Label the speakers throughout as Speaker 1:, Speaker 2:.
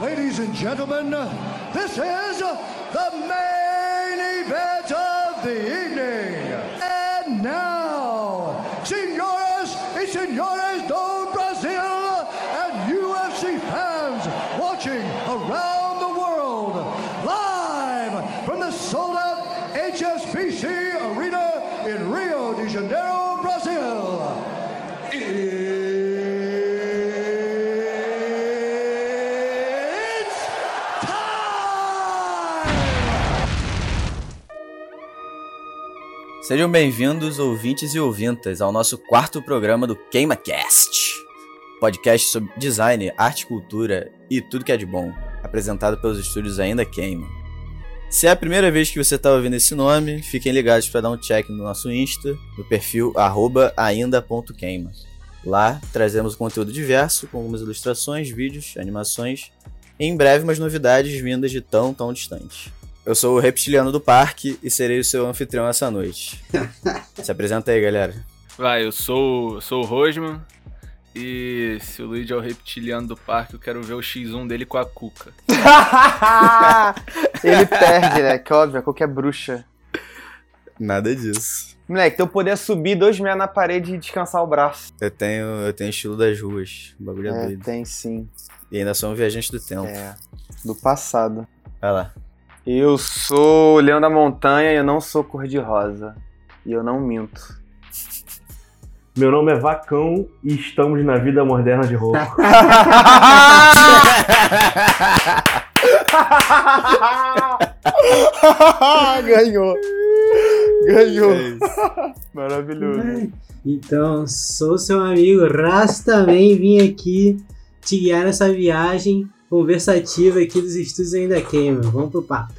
Speaker 1: Ladies and gentlemen, this is the main event of the evening. And now, senores y senores do Brasil and UFC fans watching around the world, live from the sold out HSBC Arena in Rio de Janeiro, Brazil. It's time!
Speaker 2: Sejam bem-vindos, ouvintes e ouvintas, ao nosso quarto programa do QueimaCast. Podcast sobre design, arte, cultura e tudo que é de bom, apresentado pelos estúdios Ainda Queima. Se é a primeira vez que você está ouvindo esse nome, fiquem ligados para dar um check no nosso Insta, no perfil arroba ainda.queima. Lá trazemos conteúdo diverso, com algumas ilustrações, vídeos, animações e em breve umas novidades vindas de tão, tão distante. Eu sou o Reptiliano do Parque e serei o seu anfitrião essa noite. Se apresenta aí, galera.
Speaker 3: Vai, eu sou, eu sou o Rosman. E se o Luigi é o reptiliano do parque, eu quero ver o X1 dele com a Cuca.
Speaker 4: Ele perde, né? Que óbvio, a Cuca é bruxa.
Speaker 2: Nada disso.
Speaker 4: Moleque, teu poder é subir dois metros na parede e descansar o braço.
Speaker 2: Eu tenho, eu tenho estilo das ruas. O bagulho é, doido.
Speaker 4: tem sim.
Speaker 2: E ainda sou um viajante do tempo.
Speaker 4: É. Do passado.
Speaker 2: Vai lá.
Speaker 4: Eu sou o Leão da Montanha e eu não sou cor-de-rosa. E eu não minto.
Speaker 5: Meu nome é Vacão e estamos na vida moderna de roupa.
Speaker 4: Ganhou. Ganhou.
Speaker 2: É
Speaker 4: Maravilhoso.
Speaker 6: Então, sou seu amigo Raz também, vim aqui te guiar nessa viagem conversativa aqui dos estúdios ainda queima. Vamos pro papo.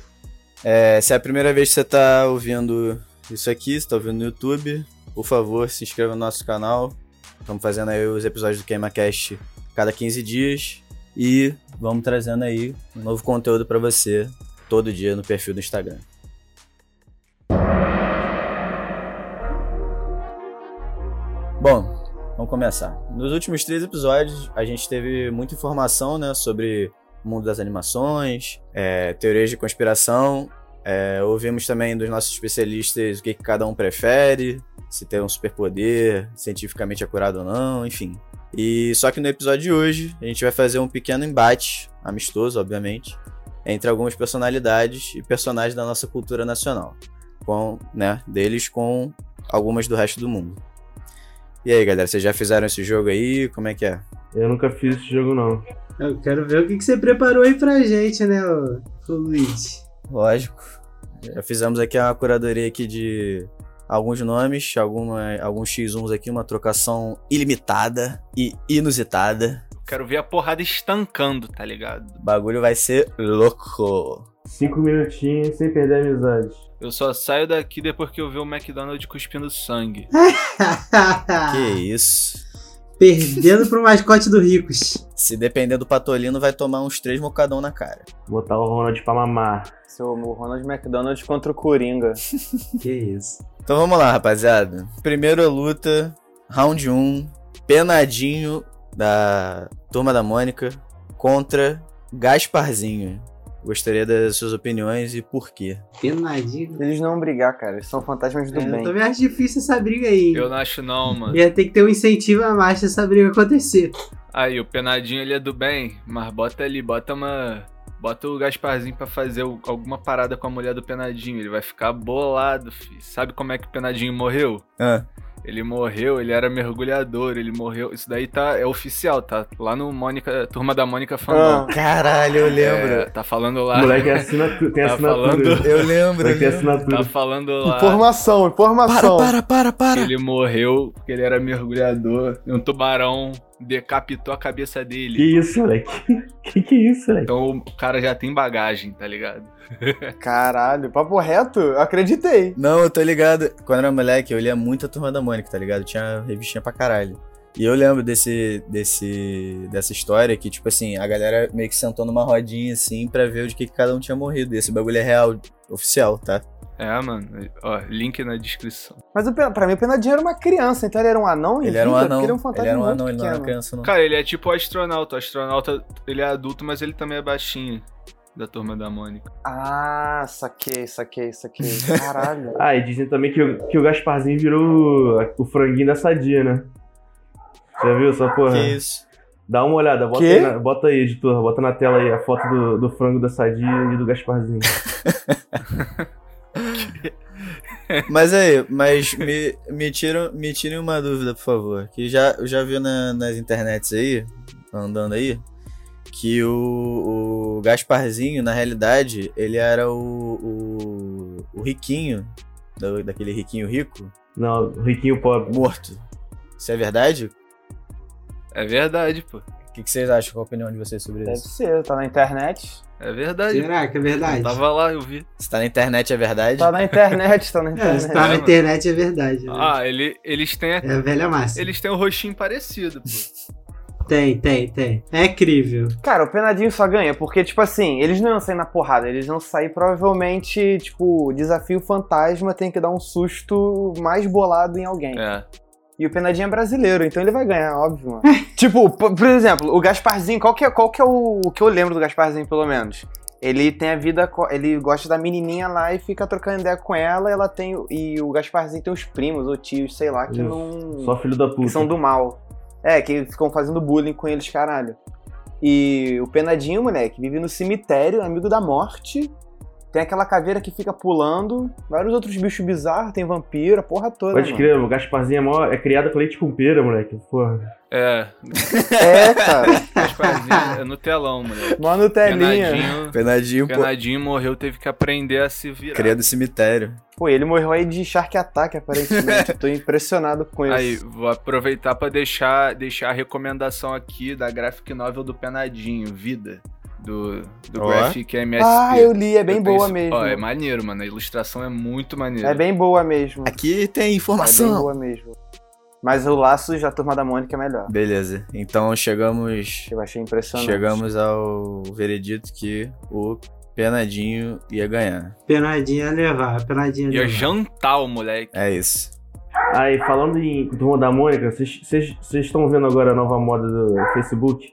Speaker 2: É, se é a primeira vez que você tá ouvindo isso aqui, se tá ouvindo no YouTube, por favor, se inscreva no nosso canal. Estamos fazendo aí os episódios do QueimaCast cada 15 dias. E vamos trazendo aí um novo conteúdo pra você todo dia no perfil do Instagram. Bom, vamos começar. Nos últimos três episódios, a gente teve muita informação né, sobre o mundo das animações, é, teorias de conspiração. é, ouvimos também dos nossos especialistas o que, que cada um prefere, se tem um superpoder, cientificamente acurado ou não, enfim. E só que no episódio de hoje, a gente vai fazer um pequeno embate, amistoso, obviamente, entre algumas personalidades e personagens da nossa cultura nacional. Com, né, deles com algumas do resto do mundo. E aí, galera, vocês já fizeram esse jogo aí? Como é que é?
Speaker 5: Eu nunca fiz esse jogo, não.
Speaker 6: Eu quero ver o que, que você preparou aí pra gente, né, ô, ô Luiz?
Speaker 2: Lógico. Já fizemos aqui uma curadoria aqui de alguns nomes, alguma, alguns X1s aqui, uma trocação ilimitada e inusitada.
Speaker 3: Eu quero ver a porrada estancando, tá ligado?
Speaker 2: O bagulho vai ser louco.
Speaker 5: Cinco minutinhos sem perder a amizade.
Speaker 3: Eu só saio daqui depois que eu ver o McDonald's cuspindo sangue.
Speaker 2: Que isso.
Speaker 6: Perdendo pro mascote do Ricos.
Speaker 2: Se depender do Patolino, vai tomar uns três mocadão na cara.
Speaker 5: Botar o Ronald pra mamar.
Speaker 4: Seu o Ronald McDonald contra o Coringa.
Speaker 6: Que isso.
Speaker 2: Então vamos lá, rapaziada. Primeira luta, round 1, Penadinho da Turma da Mônica contra Gasparzinho. Gostaria das suas opiniões e por quê.
Speaker 6: Penadinho. né?
Speaker 4: Eles não vão brigar, cara. Eles são fantasmas do
Speaker 6: É, eu
Speaker 4: bem.
Speaker 6: também acho difícil essa briga aí.
Speaker 3: Eu não acho não, mano.
Speaker 6: Ia ter que ter um incentivo a mais pra essa briga acontecer.
Speaker 3: Aí, o penadinho ele é do bem, mas bota ali, bota uma. Bota o Gasparzinho pra fazer o- alguma parada com a mulher do penadinho. Ele vai ficar bolado, fi. Sabe como é que o penadinho morreu?
Speaker 2: Ah,
Speaker 3: Ele morreu, ele era mergulhador, ele morreu. Isso daí tá é oficial, tá? Lá no Mônica, turma da Mônica
Speaker 4: Ah,
Speaker 3: falando.
Speaker 2: caralho, eu lembro.
Speaker 3: tá falando
Speaker 5: O
Speaker 3: lá.
Speaker 5: moleque é assinatura, tem
Speaker 3: Tá
Speaker 5: assinatura.
Speaker 3: falando.
Speaker 5: O
Speaker 2: Eu lembro.
Speaker 5: moleque tem
Speaker 2: eu lembro.
Speaker 3: Tá
Speaker 5: assinatura.
Speaker 3: falando lá.
Speaker 4: Informação, informação.
Speaker 2: Para, para, para, para.
Speaker 3: Ele morreu porque ele era mergulhador. E um tubarão decapitou a cabeça
Speaker 5: Que
Speaker 3: dele.
Speaker 5: isso, moleque? Que que é isso, moleque?
Speaker 3: Então o cara já tem bagagem, tá ligado?
Speaker 4: Caralho, papo reto? Eu acreditei.
Speaker 2: Não, eu tô ligado. Quando eu era moleque, eu lia muito a Turma da Mônica, tá ligado? Tinha revistinha pra caralho. E eu lembro desse, desse, dessa história que, tipo assim, a galera meio que sentou numa rodinha, assim, pra ver de que que cada um tinha morrido. E esse bagulho é real, oficial, tá?
Speaker 3: É, mano. Ó, link na descrição.
Speaker 4: Mas o Pen- pra mim o Penadinho era uma criança, então ele era um anão
Speaker 2: Ele era um
Speaker 4: invisível,
Speaker 2: anão.
Speaker 4: porque Ele é
Speaker 2: Ele
Speaker 4: um fantasma
Speaker 2: era um
Speaker 4: muito
Speaker 2: anão, ele não era
Speaker 4: pequeno.
Speaker 2: criança, não.
Speaker 3: Cara, ele é tipo o astronauta. O astronauta, ele é adulto, mas ele também é baixinho. Da turma da Mônica.
Speaker 4: Ah, saquei, saquei, saquei. Caralho.
Speaker 5: Ah, e dizem também que o, que o Gasparzinho virou o franguinho da sadia, né? Já viu essa porra?
Speaker 2: Que isso?
Speaker 5: Dá uma olhada, bota
Speaker 4: Quê?
Speaker 5: aí, na- bota aí, editor, bota na tela aí a foto do, do frango da sadia e do Gasparzinho.
Speaker 2: Mas aí, mas me, me, tiram, me tirem uma dúvida, por favor. Que já, eu já vi na- nas internets aí, andando aí, que o, o Gasparzinho, na realidade, ele era o, o, o riquinho, da- daquele riquinho rico,
Speaker 5: Não, riquinho pobre.
Speaker 2: morto. Isso é verdade?
Speaker 3: É verdade, pô.
Speaker 2: O que, que vocês acham? Qual a opinião de vocês sobre
Speaker 4: Deve
Speaker 2: isso?
Speaker 4: ser, tá na internet.
Speaker 3: É verdade.
Speaker 6: Será que é
Speaker 3: Eu
Speaker 6: verdade?
Speaker 3: tava lá, eu vi.
Speaker 2: Se tá na internet, é verdade?
Speaker 4: Tá na internet, tá na
Speaker 6: É,
Speaker 4: internet.
Speaker 6: se tá na
Speaker 3: mano.
Speaker 6: internet é verdade. né?
Speaker 3: Ah, ele, eles têm a-
Speaker 6: É a velha massa.
Speaker 3: eles têm um rostinho parecido, pô.
Speaker 6: Tem, tem, tem. É crível.
Speaker 4: Cara, o Penadinho só ganha, porque, tipo assim, eles não iam sair na porrada, eles iam sair provavelmente, tipo, desafio fantasma tem que dar um susto mais bolado em alguém.
Speaker 3: É.
Speaker 4: E o Penadinho é brasileiro, então ele vai ganhar, óbvio, mano. tipo, p- por exemplo, o Gasparzinho, qual que é, qual que é o, o que eu lembro do Gasparzinho, pelo menos? Ele tem a vida, co- ele gosta da menininha lá e fica trocando ideia com ela, ela tem, e o Gasparzinho tem os primos ou tios, sei lá, que
Speaker 5: Isso.
Speaker 4: não
Speaker 5: Só filho da puta.
Speaker 4: que são do mal. É, que ficam fazendo bullying com eles, caralho. E o Penadinho, moleque, vive no cemitério, amigo da morte. Tem aquela caveira que fica pulando. Vários outros bichos bizarros, tem vampiro, a porra toda.
Speaker 5: Pode
Speaker 4: né, mano.
Speaker 5: crer, o Gasparzinho é, mó, é criado com leite com pera, moleque. Porra.
Speaker 3: É.
Speaker 4: É, cara.
Speaker 3: Gasparzinho é no telão, moleque.
Speaker 4: Mano, telinha.
Speaker 3: Penadinho,
Speaker 2: Penadinho, pô.
Speaker 3: Penadinho morreu, teve que aprender a se virar.
Speaker 2: Cria do cemitério.
Speaker 4: Pô, ele morreu aí de Shark Attack, aparentemente. Eu Tô impressionado com isso.
Speaker 3: Aí, vou aproveitar pra deixar, deixar a recomendação aqui da graphic novel do Penadinho, Vida, do, do
Speaker 2: Ó.
Speaker 3: Graphic MSP.
Speaker 4: ah, eu li, é bem
Speaker 3: Eu
Speaker 4: boa
Speaker 3: penso-
Speaker 4: mesmo.
Speaker 3: Ó, é
Speaker 4: é,
Speaker 3: maneiro, mano. A ilustração é muito maneira.
Speaker 4: bem boa mesmo. É
Speaker 2: Aqui tem
Speaker 4: bem
Speaker 2: informação.
Speaker 4: boa mesmo. Mas o laço da Turma da Mônica é melhor.
Speaker 2: Beleza. Então chegamos
Speaker 4: Eu achei impressionante.
Speaker 2: Chegamos ao veredito que o Penadinho ia ganhar.
Speaker 6: Penadinha ia levar, penadinha ia
Speaker 3: Ia é
Speaker 6: levar.
Speaker 3: jantar o moleque.
Speaker 2: É isso.
Speaker 5: Aí, falando em Turma da Mônica, vocês- vocês vocês estão vendo agora a nova moda do Facebook?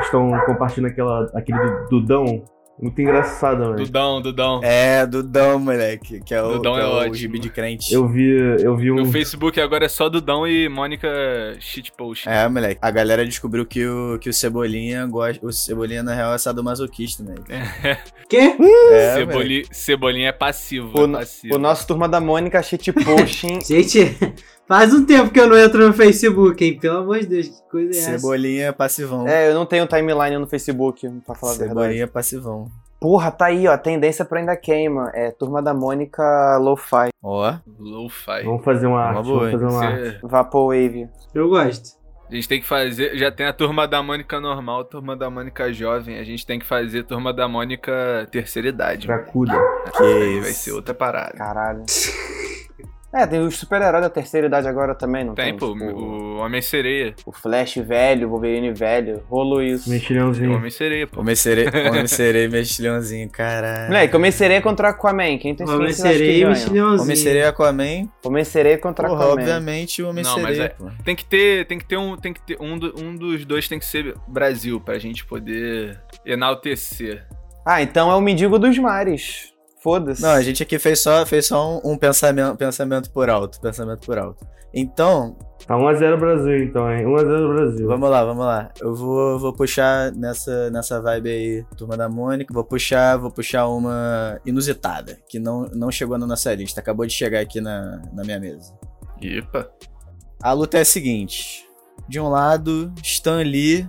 Speaker 5: Estão compartilhando aquela, aquele du- Dudão? Muito engraçado, mano.
Speaker 3: Dudão, Dudão.
Speaker 2: É, Dudão, moleque. Que é o,
Speaker 3: Dudão
Speaker 2: que
Speaker 3: é
Speaker 2: o
Speaker 3: ótimo.
Speaker 2: gibi de crente.
Speaker 5: Eu vi, eu vi
Speaker 4: Uhum.
Speaker 5: um.
Speaker 3: No Facebook agora é só Dudão e Mônica shitpost.
Speaker 2: É, moleque. A galera descobriu que o, que o Cebolinha gosta. O Cebolinha, na real, é sadomasoquista, moleque.
Speaker 6: Quê?
Speaker 2: É, moleque.
Speaker 3: Ceboli- Cebolinha é passivo,
Speaker 4: O
Speaker 3: é
Speaker 4: no-
Speaker 3: passivo.
Speaker 4: O nosso turma da Mônica shitposting.
Speaker 6: Gente, faz um tempo que eu não entro no Facebook, hein? Pelo amor de Deus, que coisa é essa?
Speaker 2: Cebolinha é passivão.
Speaker 4: é, eu não tenho timeline no Facebook, pra falar a verdade.
Speaker 2: Cebolinha é passivão.
Speaker 4: Porra, tá aí, ó. Tendência pra ainda queima. É turma da Mônica Lo-Fi.
Speaker 2: Ó.
Speaker 3: Lo-fi.
Speaker 5: Vamos fazer uma arte.
Speaker 2: boa,
Speaker 5: Vamos fazer uma arte.
Speaker 3: Cê-
Speaker 4: Vaporwave.
Speaker 6: Eu gosto.
Speaker 3: A gente tem que fazer. Já tem a turma da Mônica normal, turma da Mônica jovem. A gente tem que fazer turma da Mônica terceira idade. mano.
Speaker 5: Cracuda.
Speaker 2: Que
Speaker 3: Aí Vai
Speaker 2: isso.
Speaker 3: ser outra parada.
Speaker 4: Caralho. é, tem os super-heróis da terceira idade agora também, não
Speaker 3: Tem,
Speaker 4: tem?
Speaker 3: pô,
Speaker 4: Tipo,
Speaker 3: o Homem Sereia.
Speaker 4: o Flash velho, o Wolverine velho. Rolou isso.
Speaker 5: Mexilhãozinho.
Speaker 3: Homem Sereia, pô.
Speaker 2: Comecei, comecei mexilhãozinho, caralho.
Speaker 4: É. Moleque, eu mecerei contra o Aquaman. Quem tem
Speaker 6: Homem um
Speaker 4: ciência acha que é
Speaker 6: sereia e
Speaker 4: ganha?
Speaker 6: mexilhãozinho.
Speaker 2: Comecei Aquaman.
Speaker 4: Comecerei contra o
Speaker 2: Porra,
Speaker 4: Aquaman.
Speaker 2: obviamente o homem
Speaker 3: Não, mas é-
Speaker 2: sereia, pô.
Speaker 3: Tem que ter, tem que ter um, tem que ter um, do- um dos dois tem que ser Brasil pra gente poder enaltecer.
Speaker 4: Ah, então é o Mendigo dos Mares. Foda-se.
Speaker 2: Não, a gente aqui fez só, fez só um, um pensamento, pensamento por alto, pensamento por alto. Então,
Speaker 5: Tá 1x0 Brasil, então, hein? 1x0 Brasil.
Speaker 2: vamos lá, vamos lá. Eu vou, vou puxar nessa, nessa vibe aí, turma da Mônica. Vou puxar, vou puxar uma inusitada, que não, não chegou na nossa lista, acabou de chegar aqui na, na minha mesa.
Speaker 3: Ipa.
Speaker 2: A luta é a seguinte: de um lado, Stan Lee,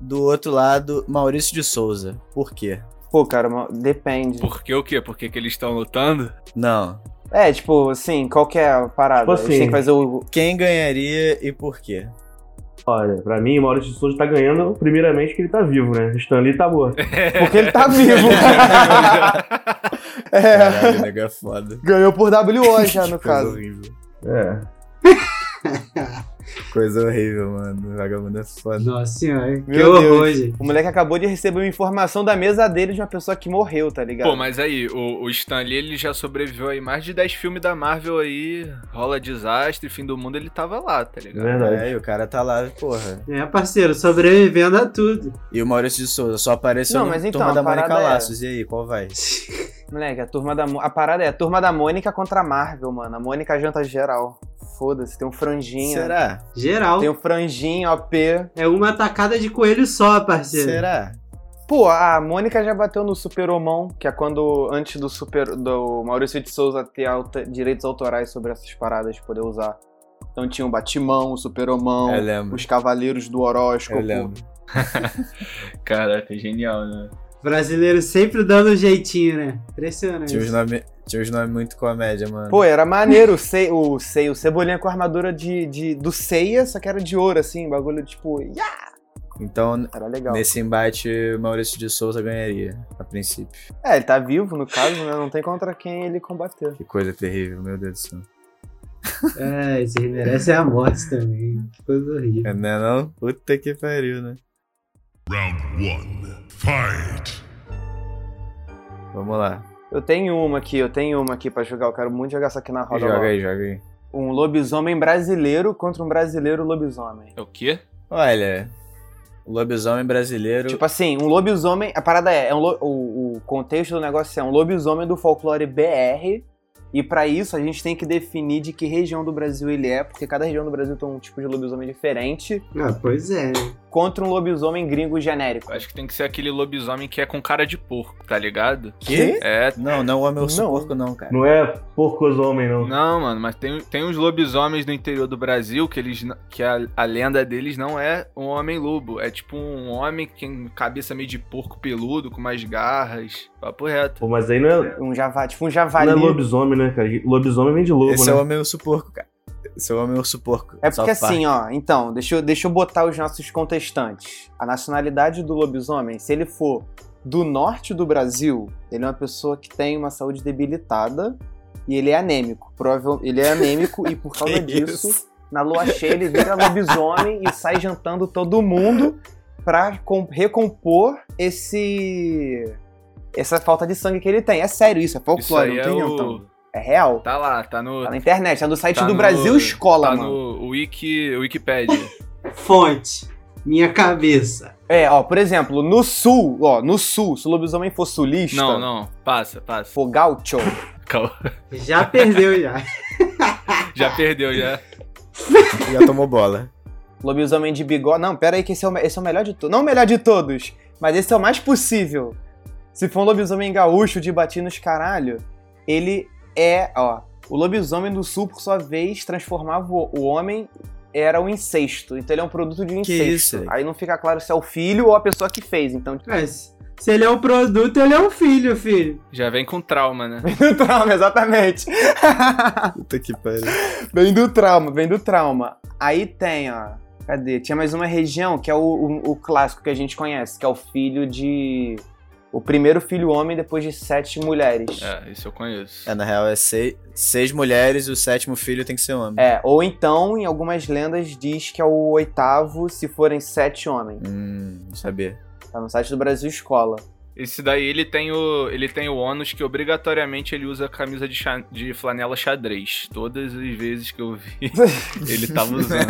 Speaker 2: do outro lado, Maurício de Souza. Por quê?
Speaker 4: Pô, cara, ma- depende.
Speaker 3: Por que o quê? Por que que eles estão lutando?
Speaker 2: Não.
Speaker 4: É, tipo, assim, qual que é a parada?
Speaker 5: Tipo
Speaker 4: Eles têm
Speaker 5: assim.
Speaker 4: que fazer o.
Speaker 2: Quem ganharia e por quê?
Speaker 5: Olha, pra mim, o Maurício de Souza tá ganhando, primeiramente, que ele tá vivo, né? Stanley tá morto.
Speaker 4: Porque ele tá vivo. é.
Speaker 2: Caralho, nega foda. Tipo,
Speaker 4: Ganhou por WO já, no
Speaker 2: Que coisa
Speaker 4: caso.
Speaker 2: horrível.
Speaker 5: É.
Speaker 2: Coisa horrível, mano. Vagabundo é foda.
Speaker 6: Nossa senhora, que
Speaker 4: Meu
Speaker 6: horror,
Speaker 4: Deus.
Speaker 6: gente.
Speaker 4: O moleque acabou de receber uma informação da mesa dele de uma pessoa que morreu, tá ligado?
Speaker 3: Pô, mas aí, o, o Stan Lee, ele já sobreviveu aí mais de 10 filmes da Marvel aí, rola desastre, fim do mundo, ele tava lá, tá
Speaker 5: É
Speaker 3: ligado?
Speaker 5: verdade.
Speaker 2: É, e o cara tá lá, porra.
Speaker 6: É, parceiro, sobrevivendo a tudo.
Speaker 2: E o Maurício de Souza só apareceu
Speaker 4: Não,
Speaker 2: no
Speaker 4: mas então,
Speaker 2: Turma da
Speaker 4: a
Speaker 2: Mônica
Speaker 4: parada é-
Speaker 2: Laços. E aí, qual vai?
Speaker 4: Moleque, a turma da Mo- a parada é a turma da Mônica contra a Marvel, mano. A Mônica janta geral. Foda-se, tem um franjinho.
Speaker 2: Será?
Speaker 6: Geral.
Speaker 4: Tem um franjinho, OP.
Speaker 6: É uma tacada de coelho só, parceiro.
Speaker 2: Será?
Speaker 4: Pô, a Mônica já bateu no Super Homão, que é quando antes do super do Maurício de Souza ter auta- direitos autorais sobre essas paradas de poder usar. Então tinha o Batimão, o Super Homão,
Speaker 2: Eu lembro.
Speaker 4: os Cavaleiros do Horóscopo.
Speaker 2: Eu lembro.
Speaker 3: Caraca, genial, né?
Speaker 6: Brasileiro sempre dando um jeitinho, né? Impressionante.
Speaker 2: Tinha uns nomes nome muito comédia, mano.
Speaker 4: Pô, era maneiro o Sei, o, Sei, o Cebolinha com a armadura de, de- do Ceia, só que era de ouro, assim, bagulho tipo, "Ya!"
Speaker 2: Então,
Speaker 4: era legal.
Speaker 2: nesse embate, Maurício de Souza ganharia, a princípio.
Speaker 4: É, ele tá vivo, no caso, né? Não tem contra quem ele combater.
Speaker 2: Que coisa terrível, meu Deus do céu.
Speaker 6: É, vocês merecem a morte também. Que Coisa horrível.
Speaker 2: É, Não é não? Puta que pariu, né?
Speaker 7: Round one. Fight.
Speaker 2: Vamos lá.
Speaker 4: Eu tenho uma aqui, eu tenho uma aqui pra jogar. Eu quero muito jogar essa aqui na roda.
Speaker 2: Joga
Speaker 4: logo.
Speaker 2: aí, joga aí.
Speaker 4: Um lobisomem brasileiro contra um brasileiro lobisomem.
Speaker 3: É o quê?
Speaker 2: Olha, o lobisomem brasileiro.
Speaker 4: Tipo assim, um lobisomem. A parada é, é um lo- o, o contexto do negócio é um lobisomem do folclore BR. E pra isso a gente tem que definir de que região do Brasil ele é, porque cada região do Brasil tem um tipo de lobisomem diferente,
Speaker 6: Ah, pois é. né?
Speaker 4: contra um lobisomem gringo genérico.
Speaker 3: Eu Acho que tem que ser aquele lobisomem que é com cara de porco, tá ligado?
Speaker 2: Quê?
Speaker 3: É,
Speaker 2: Não, não o homem urso
Speaker 4: Não.
Speaker 2: porco, não, cara.
Speaker 5: Não é porcos homem, não.
Speaker 3: Não, mano, mas tem, tem uns lobisomens no interior do Brasil que eles n- que a, a lenda deles não é um homem lobo. É tipo um homem com cabeça meio de porco peludo, com umas garras. Papo reto.
Speaker 5: Pô, mas aí não é,
Speaker 4: Um java, tipo um
Speaker 5: não
Speaker 4: javali.
Speaker 5: é lobisomem, né, cara? Lobisomem vem de lobo,
Speaker 2: Esse
Speaker 5: né?
Speaker 2: é o homem urso porco, cara. Esse é o homem urso porco.
Speaker 4: É porque
Speaker 2: South Park.
Speaker 4: assim, ó, então, deixa eu, deixa eu botar os nossos contestantes. A nacionalidade do lobisomem, se ele for do norte do Brasil, ele é uma pessoa que tem uma saúde debilitada e ele é anêmico. Provável, ele é anêmico e por causa
Speaker 2: Que
Speaker 4: disso,
Speaker 2: isso?
Speaker 4: na lua cheia ele vira lobisomem e sai jantando todo mundo pra com- recompor esse essa falta de sangue que ele tem. É sério isso, é
Speaker 3: Isso
Speaker 4: folclore,
Speaker 3: aí
Speaker 4: não
Speaker 3: é
Speaker 4: tem
Speaker 3: o...
Speaker 4: jantão. É real.
Speaker 3: Tá lá, tá no.
Speaker 4: Tá na internet, tá no site
Speaker 3: tá
Speaker 4: do
Speaker 3: no-
Speaker 4: Brasil Escola,
Speaker 3: tá
Speaker 4: mano.
Speaker 3: no Wiki, Wikipedia.
Speaker 6: Fonte. Minha cabeça.
Speaker 4: É, ó, por exemplo, no sul, ó, no sul, se o lobisomem for sulista,
Speaker 3: não, não. Passa, passa.
Speaker 4: for gaúcho,
Speaker 3: Calma.
Speaker 6: Já perdeu já.
Speaker 3: Já perdeu, já.
Speaker 2: Já tomou bola.
Speaker 4: lobisomem de bigode, não, pera aí que esse é o, me- esse é o melhor de todos, não o melhor de todos, mas esse é o mais possível. Se for um lobisomem gaúcho de batinos caralho, ele é, ó, o lobisomem do sul, por sua vez, transformava o, o homem, era o incesto, então ele é um produto de um
Speaker 2: Que
Speaker 4: incesto.
Speaker 2: isso?
Speaker 4: Aí não fica claro se é o filho ou a pessoa que fez, então...
Speaker 6: Mas, se ele é um produto, ele é um filho, filho.
Speaker 3: Já vem com trauma, né?
Speaker 4: Vem do trauma, exatamente.
Speaker 2: Puta que pariu.
Speaker 4: Vem do trauma, vem do trauma. Aí tem, ó. Cadê? Tinha mais uma região que é o, o- o clássico que a gente conhece, que é o filho de. O primeiro filho homem depois de sete mulheres. É.
Speaker 3: É, isso eu conheço.
Speaker 2: É, na real, é seis, seis mulheres e o sétimo filho tem que ser um homem.
Speaker 4: ou então, em algumas lendas, diz que é o oitavo se forem sete homens.
Speaker 2: Hum, não sabia.
Speaker 4: Tá no site do Brasil Escola.
Speaker 3: Esse daí ele tem o ele tem o ônus que obrigatoriamente ele usa camisa de, cha- de flanela xadrez. Todas as vezes que eu vi, ele tava usando.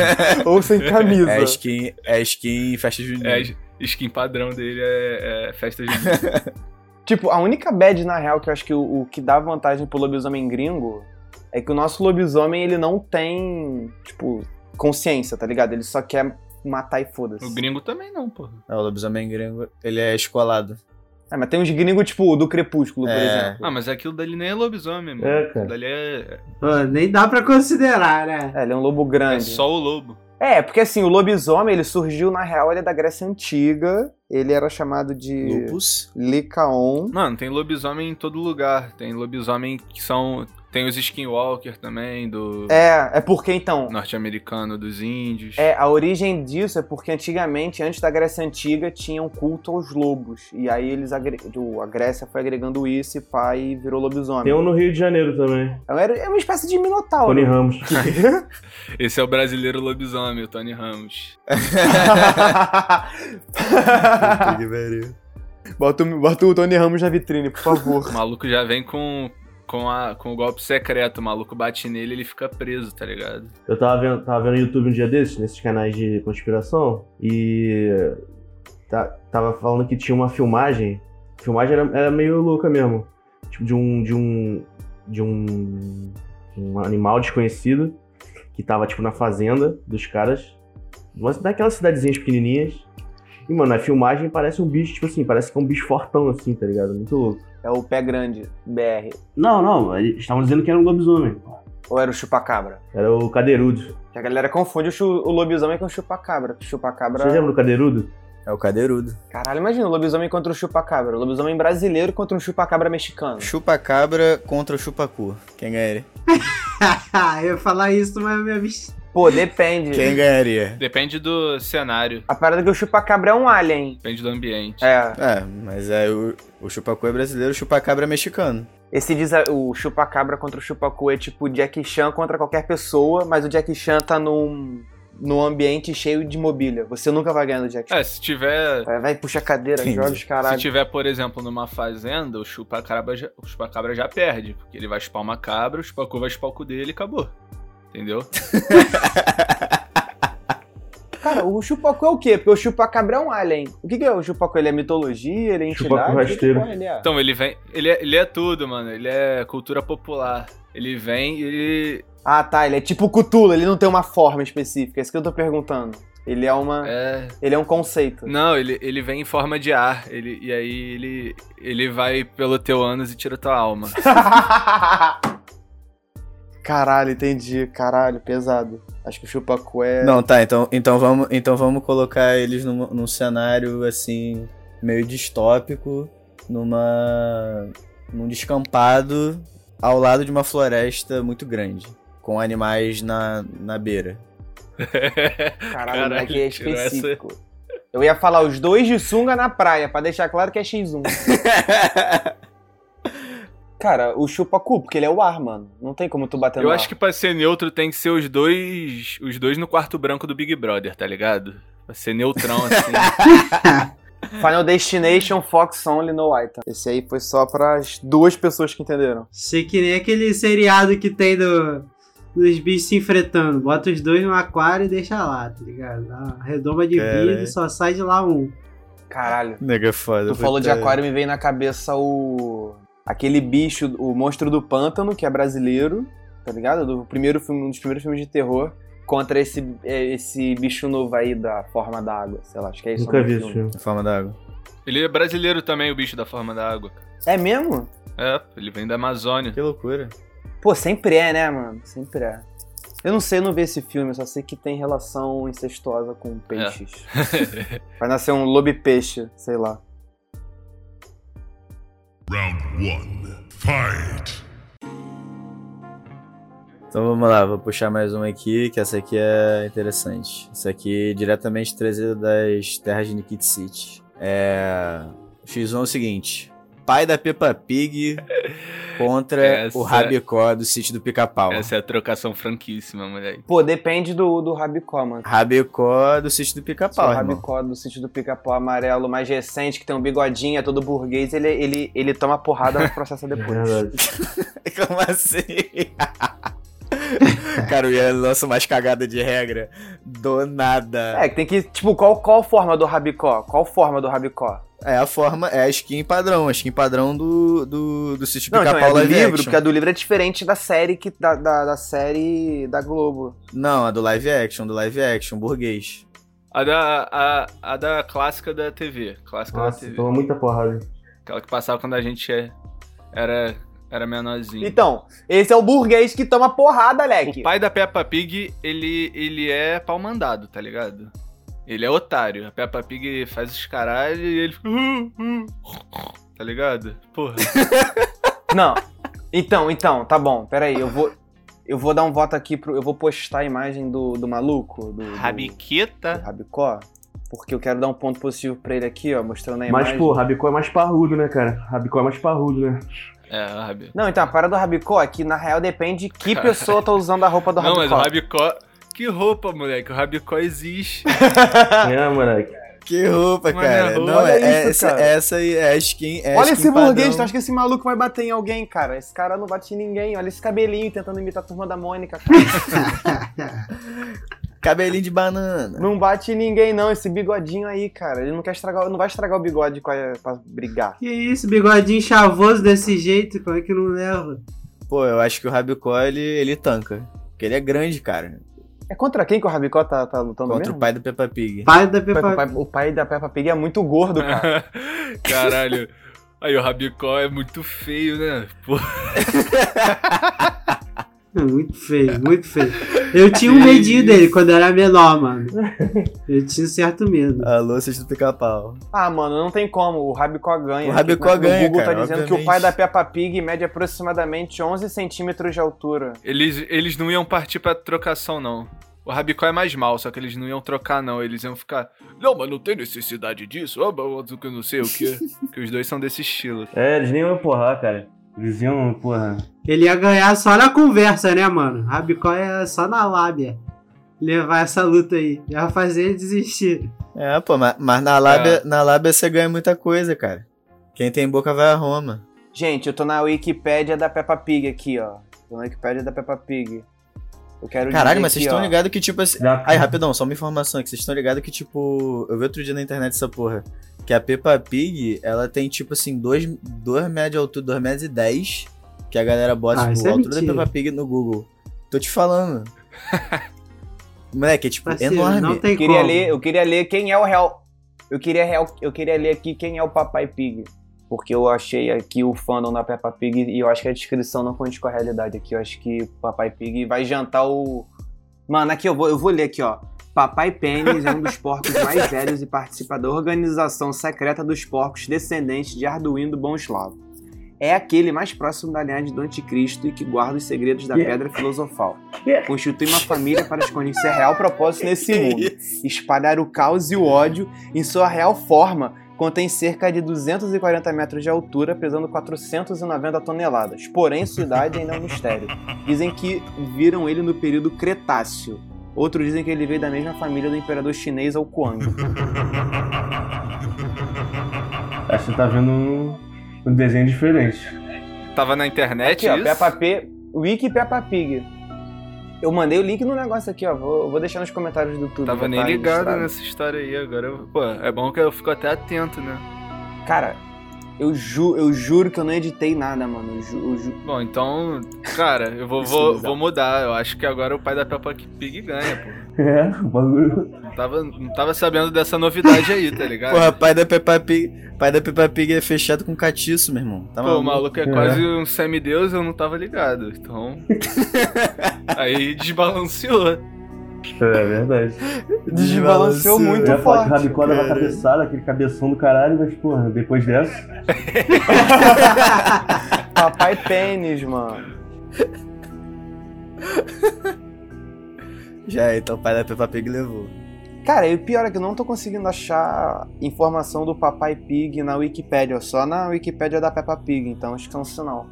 Speaker 4: ou sem camisa.
Speaker 2: É skin, é skin em festa junina.
Speaker 3: É, skin padrão dele é, é festa de
Speaker 4: Tipo, a única bad, na real, que eu acho que o, o que dá vantagem pro lobisomem gringo é que o nosso lobisomem, ele não tem, tipo, consciência, tá ligado? Ele só quer matar e foda-se.
Speaker 3: O gringo também não, pô.
Speaker 2: É, o lobisomem gringo, ele é escolado.
Speaker 4: É, mas tem uns gringos, tipo, do Crepúsculo, por
Speaker 2: É.
Speaker 4: exemplo.
Speaker 3: Ah, mas aquilo dali nem é lobisomem, mano.
Speaker 5: É, cara.
Speaker 3: Aquilo dali é,
Speaker 6: Pô, nem dá pra considerar, né?
Speaker 4: É, ele é um lobo
Speaker 3: é
Speaker 4: grande. É,
Speaker 3: só o lobo.
Speaker 4: porque assim, o lobisomem, ele surgiu, na real, ele é da Grécia Antiga. Ele era chamado de
Speaker 2: Lupus.
Speaker 4: Lycaon.
Speaker 3: Mano, tem lobisomem em todo lugar. Tem lobisomem que são Tem os Skinwalker também, do
Speaker 4: É, é porque então.
Speaker 3: norte-americano, dos índios.
Speaker 4: É, a origem disso é porque antigamente, antes da Grécia Antiga, tinha um culto aos lobos. E aí eles agre... o- a Grécia foi agregando isso e pai e virou lobisomem.
Speaker 5: Tem um no Rio de Janeiro também.
Speaker 4: Era é uma espécie de minotauro.
Speaker 5: Tony Ramos.
Speaker 3: Esse é o brasileiro lobisomem, o Tony Ramos.
Speaker 2: Puta que pariu.
Speaker 4: bota, o- bota o Tony Ramos na vitrine, por favor.
Speaker 3: O maluco já vem com, com, a, com o golpe secreto. O maluco bate nele ele fica preso, tá ligado?
Speaker 5: Eu tava vendo, tava vendo YouTube um dia desses, nesses canais de conspiração, e ta- tava falando que tinha uma filmagem. A filmagem era, era meio louca mesmo. Tipo, de um. de um. de um. um animal desconhecido que tava, tipo, na fazenda dos caras. Uma, daquelas cidadezinhas pequenininhas. E, mano, a filmagem parece um bicho, tipo assim, parece que é um bicho fortão, assim, tá ligado? Muito louco.
Speaker 4: É o pé grande, BR.
Speaker 5: Não, não, eles estavam dizendo que era um lobisomem.
Speaker 4: Ou era o chupacabra?
Speaker 5: Era o Cadeirudo.
Speaker 4: Que a galera confunde o, chu- o lobisomem com o chupacabra. Chupacabra.
Speaker 5: Você lembra do Cadeirudo?
Speaker 2: É o cadeirudo.
Speaker 4: Caralho, imagina o lobisomem contra o chupacabra. O lobisomem brasileiro contra um chupacabra mexicano.
Speaker 2: Chupa-cabra contra o chupacu. Quem ganharia?
Speaker 6: eu ia falar isso, mas eu me avistei.
Speaker 4: Pô, depende.
Speaker 2: Quem ganharia?
Speaker 3: Depende do cenário,
Speaker 4: A parada é que o chupacabra é um alien.
Speaker 3: depende do ambiente.
Speaker 4: É,
Speaker 2: É, mas é o, o chupacu é brasileiro, o chupacabra é mexicano.
Speaker 4: esse diz o chupacabra contra o chupacu é tipo Jack Chan contra qualquer pessoa, mas o Jack Chan tá num, num ambiente cheio de mobília. Você nunca vai ganhar do Jack Chan.
Speaker 3: É, se tiver.
Speaker 4: Vai, vai, puxa a cadeira,
Speaker 2: Entendi.
Speaker 4: joga os
Speaker 3: Se
Speaker 4: caralho.
Speaker 3: tiver, por exemplo, numa fazenda, o chupacabra, já, o chupacabra já perde. Porque ele vai chupar uma cabra, o chupacu vai chupar o cu dele e acabou. Entendeu?
Speaker 4: É. Cara, o chupacu é o quê? Porque o chupacabra é um alien. O que, que é o chupacu? Ele é mitologia? Ele é entidade?
Speaker 5: Chupacu
Speaker 4: O que que
Speaker 5: rasteiro.
Speaker 4: porra ele é?
Speaker 3: Então, ele vem. Ele é, ele é tudo, mano. Ele é cultura popular. Ele vem e ele.
Speaker 4: Ah, tá. Ele é tipo o Cthulhu, ele não tem uma forma específica. É isso que eu tô perguntando. Ele é uma.
Speaker 3: É.
Speaker 4: Ele é um conceito.
Speaker 3: Não, ele, ele vem em forma de ar. Ele, e aí ele, ele vai pelo teu ânus e tira tua alma.
Speaker 4: caralho, entendi. Caralho, pesado. Acho que o chupacu é.
Speaker 2: Não, tá, então, então, vamos, então vamos colocar eles num, num cenário assim, meio distópico, numa. num descampado ao lado de uma floresta muito grande. Com animais na, na beira.
Speaker 4: Caralho,
Speaker 3: Caralho,
Speaker 4: moleque é
Speaker 3: tirou
Speaker 4: específico. Eu ia falar os dois de sunga na praia, pra deixar claro que é X1. Cara, o chupacu, porque ele é o ar, mano. Não tem como tu bater no
Speaker 3: Eu
Speaker 4: ar.
Speaker 3: acho que pra ser neutro tem que ser os dois. Os dois no quarto branco do Big Brother, tá ligado? Pra ser neutrão, assim.
Speaker 4: Final Destination, Fox Only, No White. Esse aí foi só pras duas pessoas que entenderam.
Speaker 6: Sei que nem aquele seriado que tem do, dos bichos se enfrentando. Bota os dois no aquário e deixa lá, tá ligado? Dá uma redoma de
Speaker 2: Caralho.
Speaker 6: vidro e só sai de lá um.
Speaker 4: Caralho.
Speaker 2: Nega é foda.
Speaker 4: Tu falou de aquário, me veio na cabeça o. aquele bicho, o monstro do pântano, que é brasileiro, tá ligado? Do primeiro filme, um dos primeiros filmes de terror, contra esse, é, esse bicho novo aí da forma da água, sei lá, acho que é isso.
Speaker 5: Nunca
Speaker 4: o nome
Speaker 5: vi
Speaker 4: do
Speaker 5: esse
Speaker 4: filme.
Speaker 5: filme.
Speaker 2: Na forma d'água.
Speaker 3: ele é brasileiro também, o bicho da forma da água. cara.
Speaker 4: É mesmo?
Speaker 3: É, ele vem da Amazônia.
Speaker 2: Que loucura.
Speaker 4: Pô, sempre é, né, mano? Sempre é. Eu não sei, eu não vi esse filme, eu só sei que tem relação incestuosa com peixes. Vai nascer um lobo-peixe, sei lá.
Speaker 7: Round one. Fight.
Speaker 2: Então vamos lá, vou puxar mais uma aqui, que essa aqui é interessante. Essa aqui é diretamente trazida das terras de Nikit City. É. X1 é o seguinte: pai da Peppa Pig contra
Speaker 3: Essa-
Speaker 2: o Rabicó do sítio do Pica-Pau.
Speaker 3: Essa é a trocação franquíssima, moleque.
Speaker 4: Pô, depende do, do rabicó, mano.
Speaker 2: Rabicó do sítio do
Speaker 4: Se o
Speaker 2: Pica-Pau, Ah, irmão.
Speaker 4: rabicó do sítio do pica-pau amarelo mais recente, que tem um bigodinho, é todo burguês, ele, ele, ele toma porrada, mas processa
Speaker 5: É
Speaker 4: depois.
Speaker 5: verdade.
Speaker 2: Como assim? Cara, o Ian lança umas cagadas de regra. Do nada.
Speaker 4: É, que tem que. Tipo, qual, qual forma do rabicó? Qual forma do rabicó?
Speaker 2: É a forma, é a skin padrão, a skin padrão do, do, do sítio do
Speaker 4: Não, então, é
Speaker 2: Pica-Pau
Speaker 4: do
Speaker 2: live
Speaker 4: livro,
Speaker 2: action.
Speaker 4: porque a do livro é diferente da série que. Da, da, da série da Globo.
Speaker 2: Não, a do live action, do live action, burguês.
Speaker 3: A da, a, a da clássica da TV. Clássica da
Speaker 5: Nossa,
Speaker 3: TV.
Speaker 5: toma muita porrada.
Speaker 3: Aquela que passava quando a gente é- era, era menorzinho.
Speaker 4: Então, esse é o burguês que toma porrada,
Speaker 3: O
Speaker 4: Leque.
Speaker 3: pai da Peppa Pig, ele, ele é pau mandado, tá ligado? Ele é otário. A Peppa Pig faz os caralho e ele fica. "Uh, uh", Tá ligado? Porra.
Speaker 4: Não. Então, então, tá bom, peraí, eu vou. Eu vou dar um voto aqui pro. Eu vou postar a imagem do, do maluco, do, do, do
Speaker 3: Rabiqueta.
Speaker 4: Rabicó, porque eu quero dar um ponto positivo pra ele aqui, ó, mostrando a imagem.
Speaker 5: Mas, pô, Rabicó é mais parrudo, né, cara? Rabicó é mais parrudo, né?
Speaker 3: É, o Rabi.
Speaker 4: Não, então, a parada do Rabicó é que, na real, depende de que pessoa tá usando a roupa do
Speaker 3: Não,
Speaker 4: Rabicó.
Speaker 3: mas o Rabicó. Que roupa, moleque. O Rabicó existe.
Speaker 5: É, moleque.
Speaker 2: Que roupa,
Speaker 3: Mano,
Speaker 2: cara.
Speaker 3: olha
Speaker 2: Não, é, é-
Speaker 4: isso,
Speaker 2: essa,
Speaker 4: cara.
Speaker 2: essa aí é skin. É skin
Speaker 4: Olha esse burguês, tá tu
Speaker 2: padrão.
Speaker 4: acha que esse maluco vai bater em alguém, cara? Esse cara não bate em ninguém. Olha esse cabelinho tentando imitar a turma da Mônica, cara.
Speaker 2: Cabelinho de banana.
Speaker 4: não bate em ninguém, não. Esse bigodinho aí, cara. Ele não quer estragar, não vai estragar o bigode com a- pra brigar.
Speaker 6: Que isso, bigodinho chavoso desse jeito, como é que não leva?
Speaker 2: Pô, eu acho que o Rabicó, ele, ele tanca. Porque ele é grande, cara.
Speaker 4: É contra quem que o Rabicó tá, tá lutando
Speaker 2: Contra
Speaker 4: mesmo?
Speaker 2: o pai do Peppa Pig.
Speaker 6: Pai da
Speaker 4: O pai-
Speaker 6: Peppa
Speaker 4: o pai, o pai da Peppa Pig é muito gordo, cara.
Speaker 3: Caralho. Aí, o Rabicó é muito feio, né? Pô,
Speaker 6: Não, Muito
Speaker 2: É.
Speaker 6: feio, muito feio. Eu tinha um medinho dele quando eu era menor, mano. Eu tinha um certo medo.
Speaker 2: Alô, vocês do pica-pau.
Speaker 4: Ah, mano, não tem como. O Rabicó ganha.
Speaker 2: O Rabicó
Speaker 4: Aqui, né,
Speaker 2: ganha,
Speaker 4: O Google
Speaker 2: cara,
Speaker 4: tá dizendo que o
Speaker 2: obviamente.
Speaker 4: pai da Peppa Pig mede aproximadamente 11 centímetros de altura.
Speaker 3: eles, eles não iam partir pra trocação, não. O Rabicó é mais mal, só que eles não iam trocar, não. Eles iam ficar. Não, mas não tem necessidade disso. Ah, mas eu não sei o quê. que os dois são desse estilo.
Speaker 5: É, eles nem iam porra, cara. Eles iam, porra.
Speaker 6: Ele ia ganhar só na conversa, né, mano? Rabicó é só na lábia. Levar essa luta aí. Ia fazer ele desistir.
Speaker 2: É, pô, mas, mas na, lábia, na lábia você ganha muita coisa, cara. Quem tem boca vai a Roma.
Speaker 4: Gente, eu tô na Wikipédia da Peppa Pig aqui, ó. Tô na Wikipédia da Peppa Pig. Eu quero
Speaker 2: Caralho,
Speaker 4: dizer
Speaker 2: mas vocês
Speaker 4: aqui,
Speaker 2: estão
Speaker 4: ó.
Speaker 2: ligados que, tipo assim.
Speaker 5: Da-
Speaker 2: Aí, rapidão, só uma informação aqui. Vocês estão ligados que, tipo. Eu vi outro dia na internet essa porra. Que a Peppa Pig, ela tem, tipo assim, 2 metros de altura, 2 metros e 10. Que a galera bota,
Speaker 6: Ah,
Speaker 2: tipo,
Speaker 6: isso é
Speaker 2: a altura
Speaker 6: mentira.
Speaker 2: da Peppa Pig no Google. Tô te falando. Moleque, é, tipo,
Speaker 6: Parceiro,
Speaker 2: enorme.
Speaker 6: não tem
Speaker 4: Eu queria
Speaker 6: como.
Speaker 4: ler, eu queria ler quem é o real. Eu queria real, eu queria ler aqui quem é o Papai Pig, porque eu achei aqui o fandom da Peppa Pig e eu acho que a descrição não condiz com a realidade aqui. Eu acho que o Papai Pig vai jantar o Mano, aqui eu vou, eu vou ler aqui, ó. Papai Pênis é um dos porcos mais velhos e participa da organização secreta dos porcos descendentes de Arduino do Bom Eslavo. É aquele mais próximo da linhagem do anticristo e que guarda os segredos da pedra filosofal. Constitui uma família para esconder seu real propósito nesse mundo. Espalhar o caos e o ódio em sua real forma. Contém cerca de 240 metros de altura, pesando 490 toneladas. Porém, sua idade ainda é um mistério. Dizem que viram ele no período Cretáceo. Outros dizem que ele veio da mesma família do imperador chinês ao Kuang.
Speaker 5: Acho que você tá vendo um, um desenho diferente.
Speaker 3: Tava na internet
Speaker 4: Aqui, ó,
Speaker 3: isso?
Speaker 4: Peppa P, Wiki Peppa Pig. Eu mandei o link no negócio aqui, ó. Vou, vou deixar nos comentários do YouTube.
Speaker 3: Tava
Speaker 4: vai
Speaker 3: nem
Speaker 4: tá
Speaker 3: ligado
Speaker 4: registrado.
Speaker 3: nessa história aí agora. eu- Pô, é bom que eu fico até atento, né?
Speaker 4: Cara, eu, ju, eu juro que eu não editei nada, mano. Eu ju, eu ju-
Speaker 3: Bom, então, cara, eu vou,
Speaker 4: Isso,
Speaker 3: vou,
Speaker 4: bizarro.
Speaker 3: vou mudar. Eu acho que agora o pai da Peppa Pig ganha, pô.
Speaker 5: É, o bagulho.
Speaker 3: Não tava, não tava sabendo dessa novidade aí, tá ligado?
Speaker 2: Porra, pai da Peppa Pig. Pai da Peppa Pig é fechado com catiço, meu irmão. Tá
Speaker 3: Pô, o
Speaker 2: maluco?
Speaker 3: maluco é quase um semideus, eu não tava ligado. Então. aí desbalanceou.
Speaker 5: É verdade.
Speaker 4: Desbalanceou muito
Speaker 5: Eu ia falar que o
Speaker 4: forte,
Speaker 5: Rabicó dava
Speaker 2: cara.
Speaker 5: cabeçada, aquele cabeção do caralho, mas, porra, depois dessa.
Speaker 4: Papai Pênis, mano.
Speaker 2: Já, então o pai da Peppa Pig levou.
Speaker 4: Cara, e o pior é que eu não tô conseguindo achar informação do Papai Pig na Wikipédia, só na Wikipédia da Peppa Pig, então acho que é um sinal.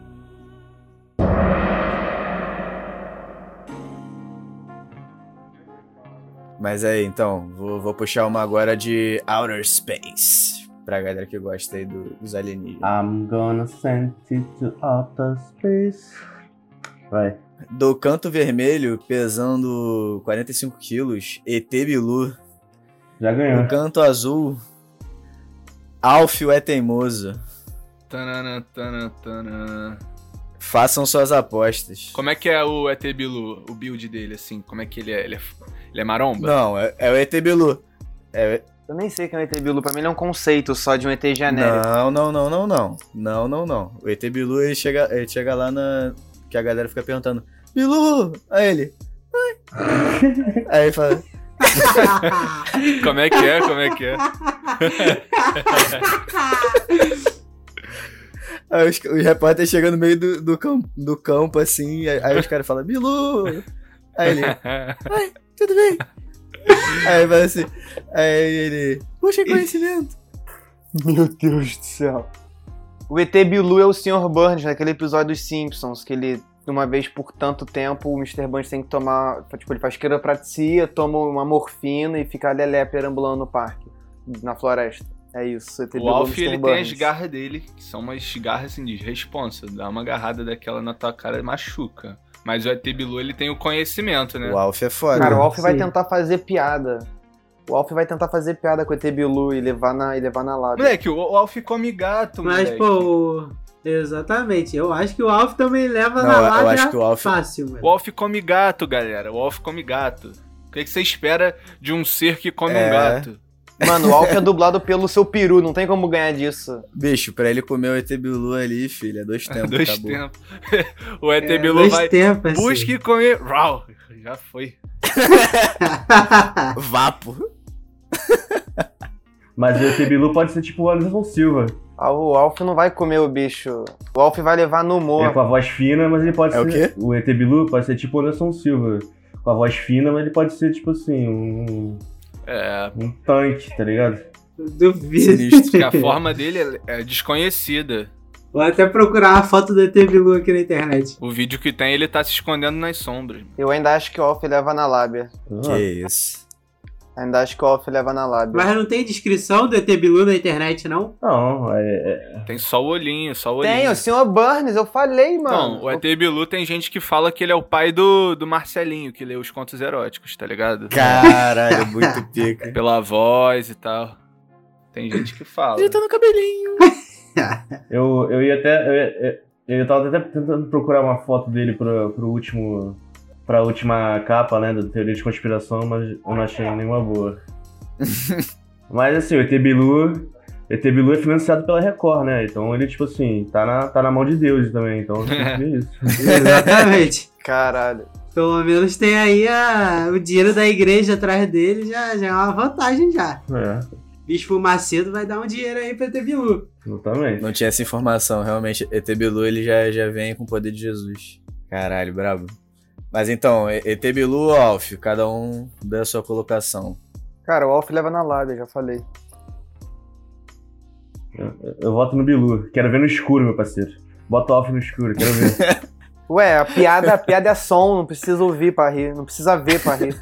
Speaker 2: Mas aí, então, vou, vou puxar uma agora de Outer Space. Pra galera que gosta aí do- dos alienígenas.
Speaker 5: I'm gonna send it to outer space. Vai.
Speaker 2: Do canto vermelho, pesando 45 quilos, ET Bilu.
Speaker 5: Já ganhou.
Speaker 2: Do canto azul, Alfio é teimoso.
Speaker 3: Tanana, tanana, tanana.
Speaker 2: Façam suas apostas.
Speaker 3: Como é que é o ET Bilu, o build dele, assim? Como é que ele é? Ele é, ele é maromba?
Speaker 2: Não, é, é o ET Bilu. É,
Speaker 4: Eu nem sei quem é o ET Bilu, pra mim ele é um conceito só de um ET genérico.
Speaker 2: não, não, não, não, não. Não, não, não. O ET Bilu, ele chega, ele chega lá na... Que a galera fica perguntando, Bilu! Aí ele... "Ai." Aí ele fala...
Speaker 3: Como é que é? Como é que é?
Speaker 2: Aí os, os repórteres chegam no meio do, do, cam- do campo, assim, aí, aí os caras falam, Bilu! Aí ele, tudo bem? aí ele fala assim, aí ele, puxa conhecimento.
Speaker 4: Meu Deus do céu. O ET Bilu é o Sr. Burns, naquele episódio dos Simpsons, que ele, uma vez por tanto tempo, o Mr. Burns tem que tomar. Tipo, ele faz quiropraxia, toma uma morfina e fica lelé perambulando no parque, na floresta. É isso, o ET
Speaker 3: O
Speaker 4: Bilu é
Speaker 3: Alf,
Speaker 4: Mr.
Speaker 3: ele tem
Speaker 4: Burns.
Speaker 3: as garras dele, que são umas garras assim de responsa. Dá uma agarrada daquela na tua cara e machuca. Mas o ET Bilu, ele tem o conhecimento, né?
Speaker 2: O Alf é foda.
Speaker 4: Cara, o Alf vai
Speaker 5: Sim.
Speaker 4: tentar fazer piada. O Alf vai tentar fazer piada com o ET Bilu e levar na, e levar na lábia.
Speaker 3: Moleque, o, o Alf come gato,
Speaker 6: Mas,
Speaker 3: moleque.
Speaker 6: pô, o- exatamente. Eu acho que o Alf também leva
Speaker 2: Não,
Speaker 6: na é
Speaker 2: eu- eu
Speaker 6: lábia
Speaker 2: acho que o Alf-
Speaker 6: fácil, mano.
Speaker 3: O Alf come gato, galera. O Alf come gato. O que, que você espera de um ser que come
Speaker 2: É.
Speaker 3: um gato?
Speaker 4: Mano, o Alf é dublado pelo seu peru, não tem como ganhar disso.
Speaker 2: Bicho, pra ele comer o ET Bilu ali, filho, é dois tempos,
Speaker 3: Dois
Speaker 2: acabou.
Speaker 3: tempos. o ET
Speaker 6: tá É,
Speaker 3: Bilu
Speaker 6: dois
Speaker 3: vai.
Speaker 6: tempos, assim.
Speaker 3: Busque comer. Rau! Já foi.
Speaker 2: Vapo.
Speaker 5: Mas o Tebilu pode ser tipo o Anderson Silva.
Speaker 4: Ah, O Alf não vai comer o bicho. O Alf vai levar no humor.
Speaker 5: Ele é com a voz fina, mas ele pode
Speaker 2: É o
Speaker 5: ser. O, ET Bilu pode ser tipo o Anderson Silva. Com a voz fina, mas ele pode ser tipo assim, um,
Speaker 3: É.
Speaker 5: um tanque, tá ligado?
Speaker 2: Sinistro.
Speaker 6: Duvido.
Speaker 3: Porque a forma dele é é desconhecida.
Speaker 6: Vou até procurar a foto do ET Bilu aqui na internet.
Speaker 3: O vídeo que tem, ele tá se escondendo nas sombras.
Speaker 4: Eu ainda acho que o Alf leva na lábia.
Speaker 2: Que isso.
Speaker 4: Ainda acho que o Alf leva na lábia.
Speaker 6: Mas não tem descrição do ET Bilu na internet, não?
Speaker 5: Não, é, é-
Speaker 3: Tem só o olhinho, só o olhinho.
Speaker 4: Tem, o Sr. Burns, eu falei, mano.
Speaker 3: Não, o ET Bilu tem gente que fala que ele é o pai do, do Marcelinho, que lê os contos eróticos, tá ligado?
Speaker 2: Caralho, é muito pica.
Speaker 3: Pela voz e tal. Tem gente que fala.
Speaker 2: Ele tá no cabelinho.
Speaker 5: eu, eu ia até. Eu, ia- eu, eu tava até tentando procurar uma foto dele pro, pro último. Pra última capa, né? Da teoria de conspiração, mas eu não achei nenhuma boa. mas assim, o ET Bilu. ET Bilu é financiado pela Record, né? Então ele, tipo assim, tá na, tá na mão de Deus também. Então, é isso.
Speaker 6: Exatamente.
Speaker 4: Caralho.
Speaker 6: Pelo menos tem aí a- o dinheiro da igreja atrás dele, já, já é uma vantagem já.
Speaker 5: É,
Speaker 6: Bispo Macedo vai dar um dinheiro aí pro ET Bilu.
Speaker 5: exatamente.
Speaker 2: Não tinha essa informação, realmente. ET Bilu, ele já, já vem com o poder de Jesus. Caralho, brabo. Mas então, E- ET Bilu ou Alf, cada um dá a sua colocação.
Speaker 4: Cara, o Alf leva na lábia, já falei.
Speaker 5: Eu voto no Bilu. Quero ver no escuro, meu parceiro. Bota o Alf no escuro, quero ver.
Speaker 4: Ué, a piada, a piada é som, não precisa ouvir pra rir. Não precisa ver pra rir.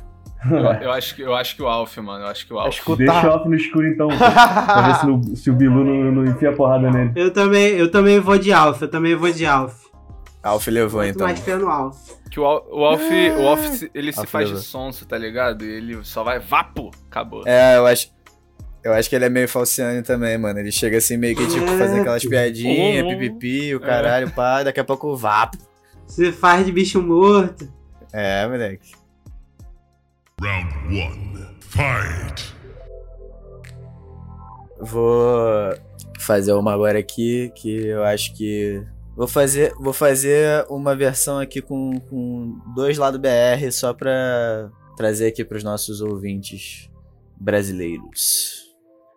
Speaker 3: Eu, eu acho que, eu acho que o Alf, mano. Eu acho que o
Speaker 4: É
Speaker 3: Alf.
Speaker 5: Deixa o
Speaker 4: escutar.
Speaker 5: Alf no escuro então. Pra pra ver se, não- se o Bilu não, não enfia a porrada nele.
Speaker 6: Eu também, eu também vou de Alf, eu também vou de Alf.
Speaker 2: Alf levou,
Speaker 6: Muito
Speaker 2: então.
Speaker 6: mais fé no Alf.
Speaker 3: Que o, Al- o Alf, o Alf, se- ele se
Speaker 2: Alf
Speaker 3: faz de
Speaker 2: levou.
Speaker 3: sonso, tá ligado? E ele só vai vapo, acabou.
Speaker 2: É, eu acho. Eu acho que ele é meio falciane também, mano. Ele chega assim meio que tipo
Speaker 6: É,
Speaker 2: fazendo aquelas piadinhas,
Speaker 3: Uhum.
Speaker 2: pipipi, o caralho, pá, daqui a pouco vapo.
Speaker 6: Se faz de bicho morto.
Speaker 2: É, moleque.
Speaker 7: Round one. Fight.
Speaker 2: Vou fazer uma agora aqui que eu acho que vou fazer, vou fazer uma versão aqui com, com dois lados BR só pra trazer aqui pros nossos ouvintes brasileiros.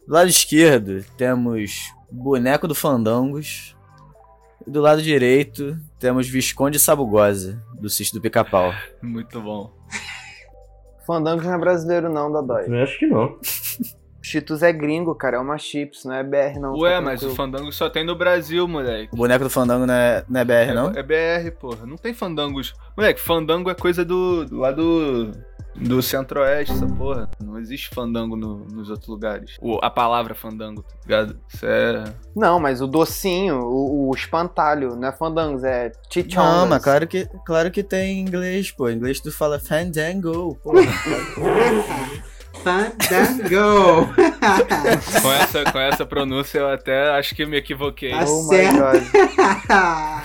Speaker 2: Do lado esquerdo temos Boneco do Fandangos. E do lado direito temos Visconde Sabugosa, do Sítio do Pica-Pau.
Speaker 3: Muito bom.
Speaker 4: Fandango não é brasileiro, não, Dodói.
Speaker 5: Eu acho que não.
Speaker 4: Cheetos é gringo, cara. É uma chips, não é BR, não.
Speaker 3: Ué,
Speaker 4: Tá
Speaker 3: mas o
Speaker 4: tranquilo.
Speaker 3: fandango só tem no Brasil, moleque.
Speaker 2: O Boneco do Fandango não é, não é BR, não?
Speaker 3: É, é BR, porra. Não tem fandangos. Moleque, fandango é coisa do. do lá do. do centro-oeste, essa porra. Não existe fandango no- nos outros lugares. O- a palavra fandango, tá ligado? Isso é.
Speaker 4: Não, mas o docinho, o, o espantalho, não é fandangos, é chichongas.
Speaker 2: Não, mas claro que, claro que tem em inglês, pô. Em inglês tu fala Fandango, pô.
Speaker 6: Fandango!
Speaker 3: Com essa, com essa pronúncia eu até acho que me equivoquei.
Speaker 6: Tá
Speaker 4: Oh my
Speaker 6: certo.
Speaker 4: God.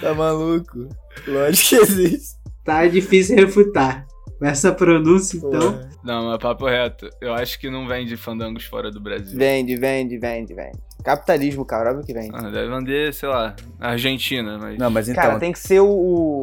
Speaker 2: Tá maluco? Lógico que existe.
Speaker 6: tá difícil refutar. Com essa pronúncia,
Speaker 2: pô.
Speaker 6: então.
Speaker 3: Não, mas papo reto. Eu acho que não vende fandangos fora do Brasil.
Speaker 4: Vende, vende, vende, vende. Capitalismo, cara, óbvio que vende.
Speaker 3: Ah, deve vender, sei lá, na Argentina, mas.
Speaker 2: Não, mas então, um
Speaker 4: cara, tem que ser o.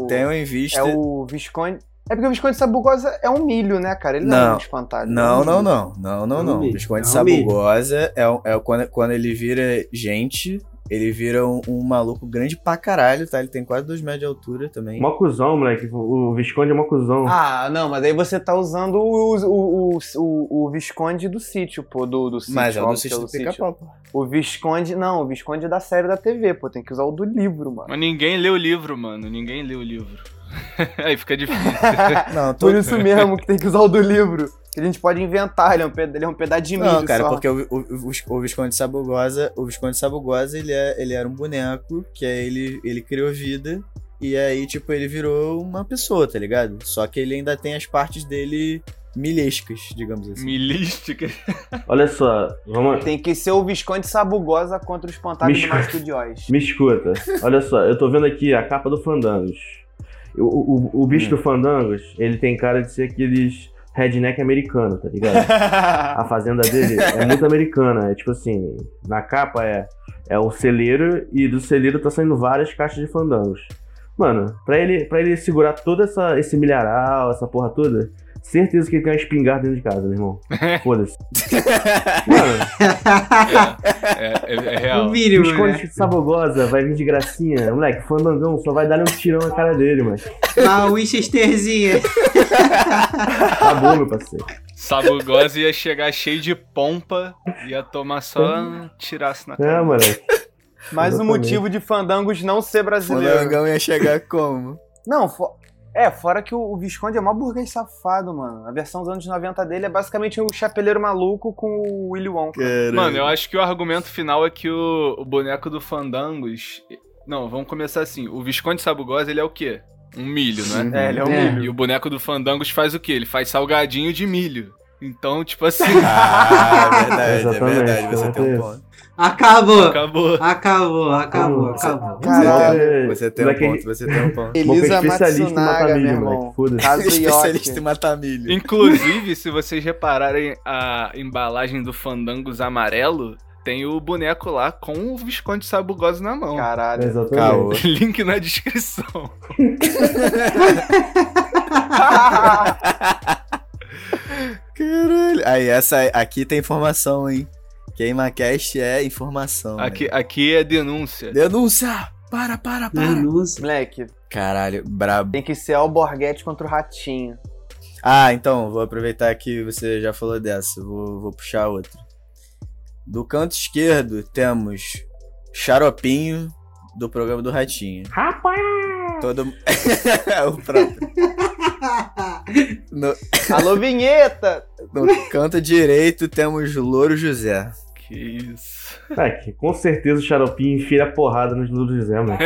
Speaker 4: o-
Speaker 2: tenham em vista.
Speaker 4: É o Visconde. É porque o Visconde de Sabugosa é um milho, né, cara? Ele não, é
Speaker 2: Não.
Speaker 4: um espantalho.
Speaker 2: Não, não, não. Não, não, não.
Speaker 6: Não,
Speaker 2: O Visconde
Speaker 6: não,
Speaker 2: Sabugosa é, um- é quando, quando ele vira gente, ele vira um, um maluco grande pra caralho, tá? Ele tem quase 2 metros de altura também.
Speaker 5: Mó cuzão, moleque. O o Visconde é mó
Speaker 2: tipo.
Speaker 5: cuzão.
Speaker 4: Ah, não, mas aí você tá usando o, o, o, o, o Visconde do sítio, pô, do, do sítio.
Speaker 2: Mas é o do
Speaker 4: óbvio que
Speaker 2: sítio do
Speaker 4: sítio.
Speaker 2: pica-pau. pô.
Speaker 4: O Visconde, não, o Visconde é da série da TV, pô, tem que usar o do livro, mano.
Speaker 3: Mas ninguém lê o livro, mano. Ninguém lê o livro. Aí fica difícil.
Speaker 2: Não, tô...
Speaker 4: Por isso mesmo que tem que usar o do livro. Que a gente pode inventar, ele é um, peda ele é um pedaço de milho
Speaker 2: Não, cara,
Speaker 4: só.
Speaker 2: porque o, o, o, o Visconde Sabugosa, o Visconde Sabugosa, ele, é, ele era um boneco, que aí ele, ele criou vida, e aí, tipo, ele virou uma pessoa, tá ligado? Só que ele ainda tem as partes dele milhescas, digamos assim.
Speaker 3: Milística.
Speaker 5: Olha só, vamos.
Speaker 4: Tem que ser o Visconde Sabugosa contra o espantalho
Speaker 5: Bicho.
Speaker 4: do Master de Oz.
Speaker 5: Me escuta. Olha só, eu tô vendo aqui a capa do Fandangos. O, o, o- o bicho do Fandangos, ele tem cara de ser aqueles redneck americano, tá ligado? a fazenda dele é muito americana. É tipo assim, na capa é, é o celeiro e do celeiro tá saindo várias caixas de fandangos. Mano, pra ele, pra ele segurar todo essa, esse milharal, essa porra toda, certeza que ele tem uma espingarda dentro de casa, meu irmão. Foda-se. Mano,
Speaker 3: É, é- é
Speaker 6: O
Speaker 3: real.
Speaker 5: o
Speaker 6: mínimo,
Speaker 5: esconde
Speaker 6: né?
Speaker 5: sabogosa vai vir de gracinha. Moleque, fandangão só vai dar um tirão na cara dele, mano.
Speaker 6: Uma Winchesterzinha.
Speaker 5: Acabou, meu parceiro.
Speaker 3: Sabugosa ia chegar cheio de pompa, ia tomar só um tiraço na
Speaker 5: É,
Speaker 3: cara.
Speaker 5: moleque.
Speaker 4: Mas o
Speaker 5: Exatamente.
Speaker 4: motivo de Fandangos não ser
Speaker 2: O
Speaker 4: brasileiro.
Speaker 2: Langão ia chegar como?
Speaker 4: Não, fo- é, fora que o, o Visconde é mó burguês safado, mano. A versão dos anos 90 dele é basicamente o chapeleiro maluco com o Willy Wonka.
Speaker 3: Mano, eu acho que o argumento final é que o, o boneco do Fandangos. Não, vamos começar assim. O Visconde Sabugosa, ele é o quê? Um milho, né?
Speaker 4: É, ele é um
Speaker 6: É.
Speaker 4: milho.
Speaker 3: E o boneco do Fandangos faz o quê? Ele faz salgadinho de milho. Então, tipo assim,
Speaker 2: Ah, é verdade, é
Speaker 5: Exatamente,
Speaker 2: verdade, você
Speaker 5: exatamente
Speaker 2: tem um
Speaker 5: isso.
Speaker 2: ponto.
Speaker 6: Acabou.
Speaker 3: acabou.
Speaker 6: Acabou, acabou,
Speaker 5: Você- é
Speaker 6: acabou.
Speaker 4: Caralho.
Speaker 2: Você tem um
Speaker 5: moleque,
Speaker 2: ponto, você tem um ponto.
Speaker 5: Moleque é
Speaker 4: Elisa
Speaker 5: especialista em matar
Speaker 4: Matsunaga, meu
Speaker 5: milho, moleque.
Speaker 4: irmão.
Speaker 5: Foda-se.
Speaker 4: Caso
Speaker 2: Especialista em
Speaker 4: Yoki.
Speaker 2: matar milho.
Speaker 3: Inclusive, se vocês repararem a embalagem do Fandangos amarelo, tem o boneco lá com o Visconde Sabugosa na mão.
Speaker 4: Caralho.
Speaker 5: Exatamente.
Speaker 2: Caô.
Speaker 3: Link na descrição.
Speaker 2: Caralho. Aí, essa aqui tem informação, hein? Queimacast é informação.
Speaker 3: Aqui,
Speaker 2: né?
Speaker 3: aqui é denúncia.
Speaker 2: Denúncia! Para, para, para!
Speaker 6: Denúncia.
Speaker 4: Moleque,
Speaker 2: Caralho, brabo.
Speaker 4: tem que ser Alborguete contra o Ratinho.
Speaker 2: Ah, então, vou aproveitar que você já falou dessa, vou, vou puxar outra. Do canto esquerdo temos Xaropinho do programa do Ratinho. Rapaz! Todo... o próprio. No,
Speaker 4: Alô, vinheta!
Speaker 2: no canto direito temos Louro José.
Speaker 3: Que isso.
Speaker 5: Moleque, com certeza o xaropinho enfia a porrada nos Lulu José, mano.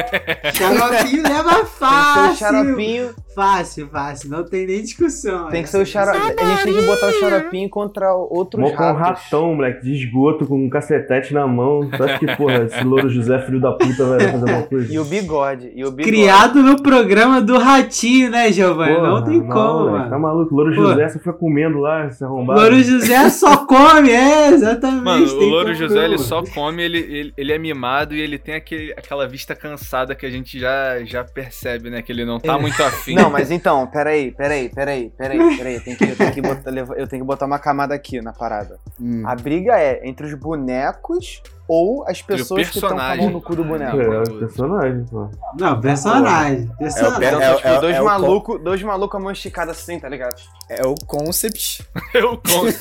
Speaker 6: Xaropinho leva
Speaker 4: Tem que ser
Speaker 6: Ah,
Speaker 4: o
Speaker 6: fácil.
Speaker 4: xaropinho.
Speaker 6: Fácil, fácil. Não tem nem discussão.
Speaker 4: Tem que ser o xaropinho. A gente tem que botar o xaropinho contra outros
Speaker 5: Mó com um
Speaker 4: ratos.
Speaker 5: ratão, moleque, de esgoto, com um cacetete na mão. Tu acha que, porra, esse louro José, filho da puta, vai fazer alguma coisa?
Speaker 4: E o bigode. E o bigode.
Speaker 6: Criado no programa do Ratinho, né, Giovanni?
Speaker 5: Porra,
Speaker 6: não tem como,
Speaker 5: moleque, Tá
Speaker 6: mano.
Speaker 5: maluco? Louro
Speaker 6: Pô.
Speaker 5: José, você foi comendo lá, se arrombado.
Speaker 6: Louro José só come, é, exatamente.
Speaker 3: Mano, o
Speaker 6: tem
Speaker 3: Louro
Speaker 6: como
Speaker 3: José,
Speaker 6: não,
Speaker 3: ele
Speaker 6: mano.
Speaker 3: só come, ele, ele, ele é mimado e ele tem aquele, aquela vista cansada que a gente já, já percebe, né? Que ele não tá muito afim.
Speaker 4: É. Não, mas então, peraí, peraí, peraí, peraí, peraí. Tem que, eu, tenho que botar, levar- eu tenho que botar uma camada aqui na parada.
Speaker 2: Hum.
Speaker 4: A briga é entre os bonecos ou as pessoas que estão com a mão
Speaker 3: personagem.
Speaker 4: no cu do boneco.
Speaker 5: É, é o personagem, pô.
Speaker 6: Não, personagem. personagem.
Speaker 2: É,
Speaker 4: Então,
Speaker 2: é,
Speaker 4: tá, tipo,
Speaker 2: é,
Speaker 4: dois
Speaker 2: é o
Speaker 4: malucos, dois malucos a mão esticada assim, tá ligado?
Speaker 2: É o concept.
Speaker 3: Eu conto.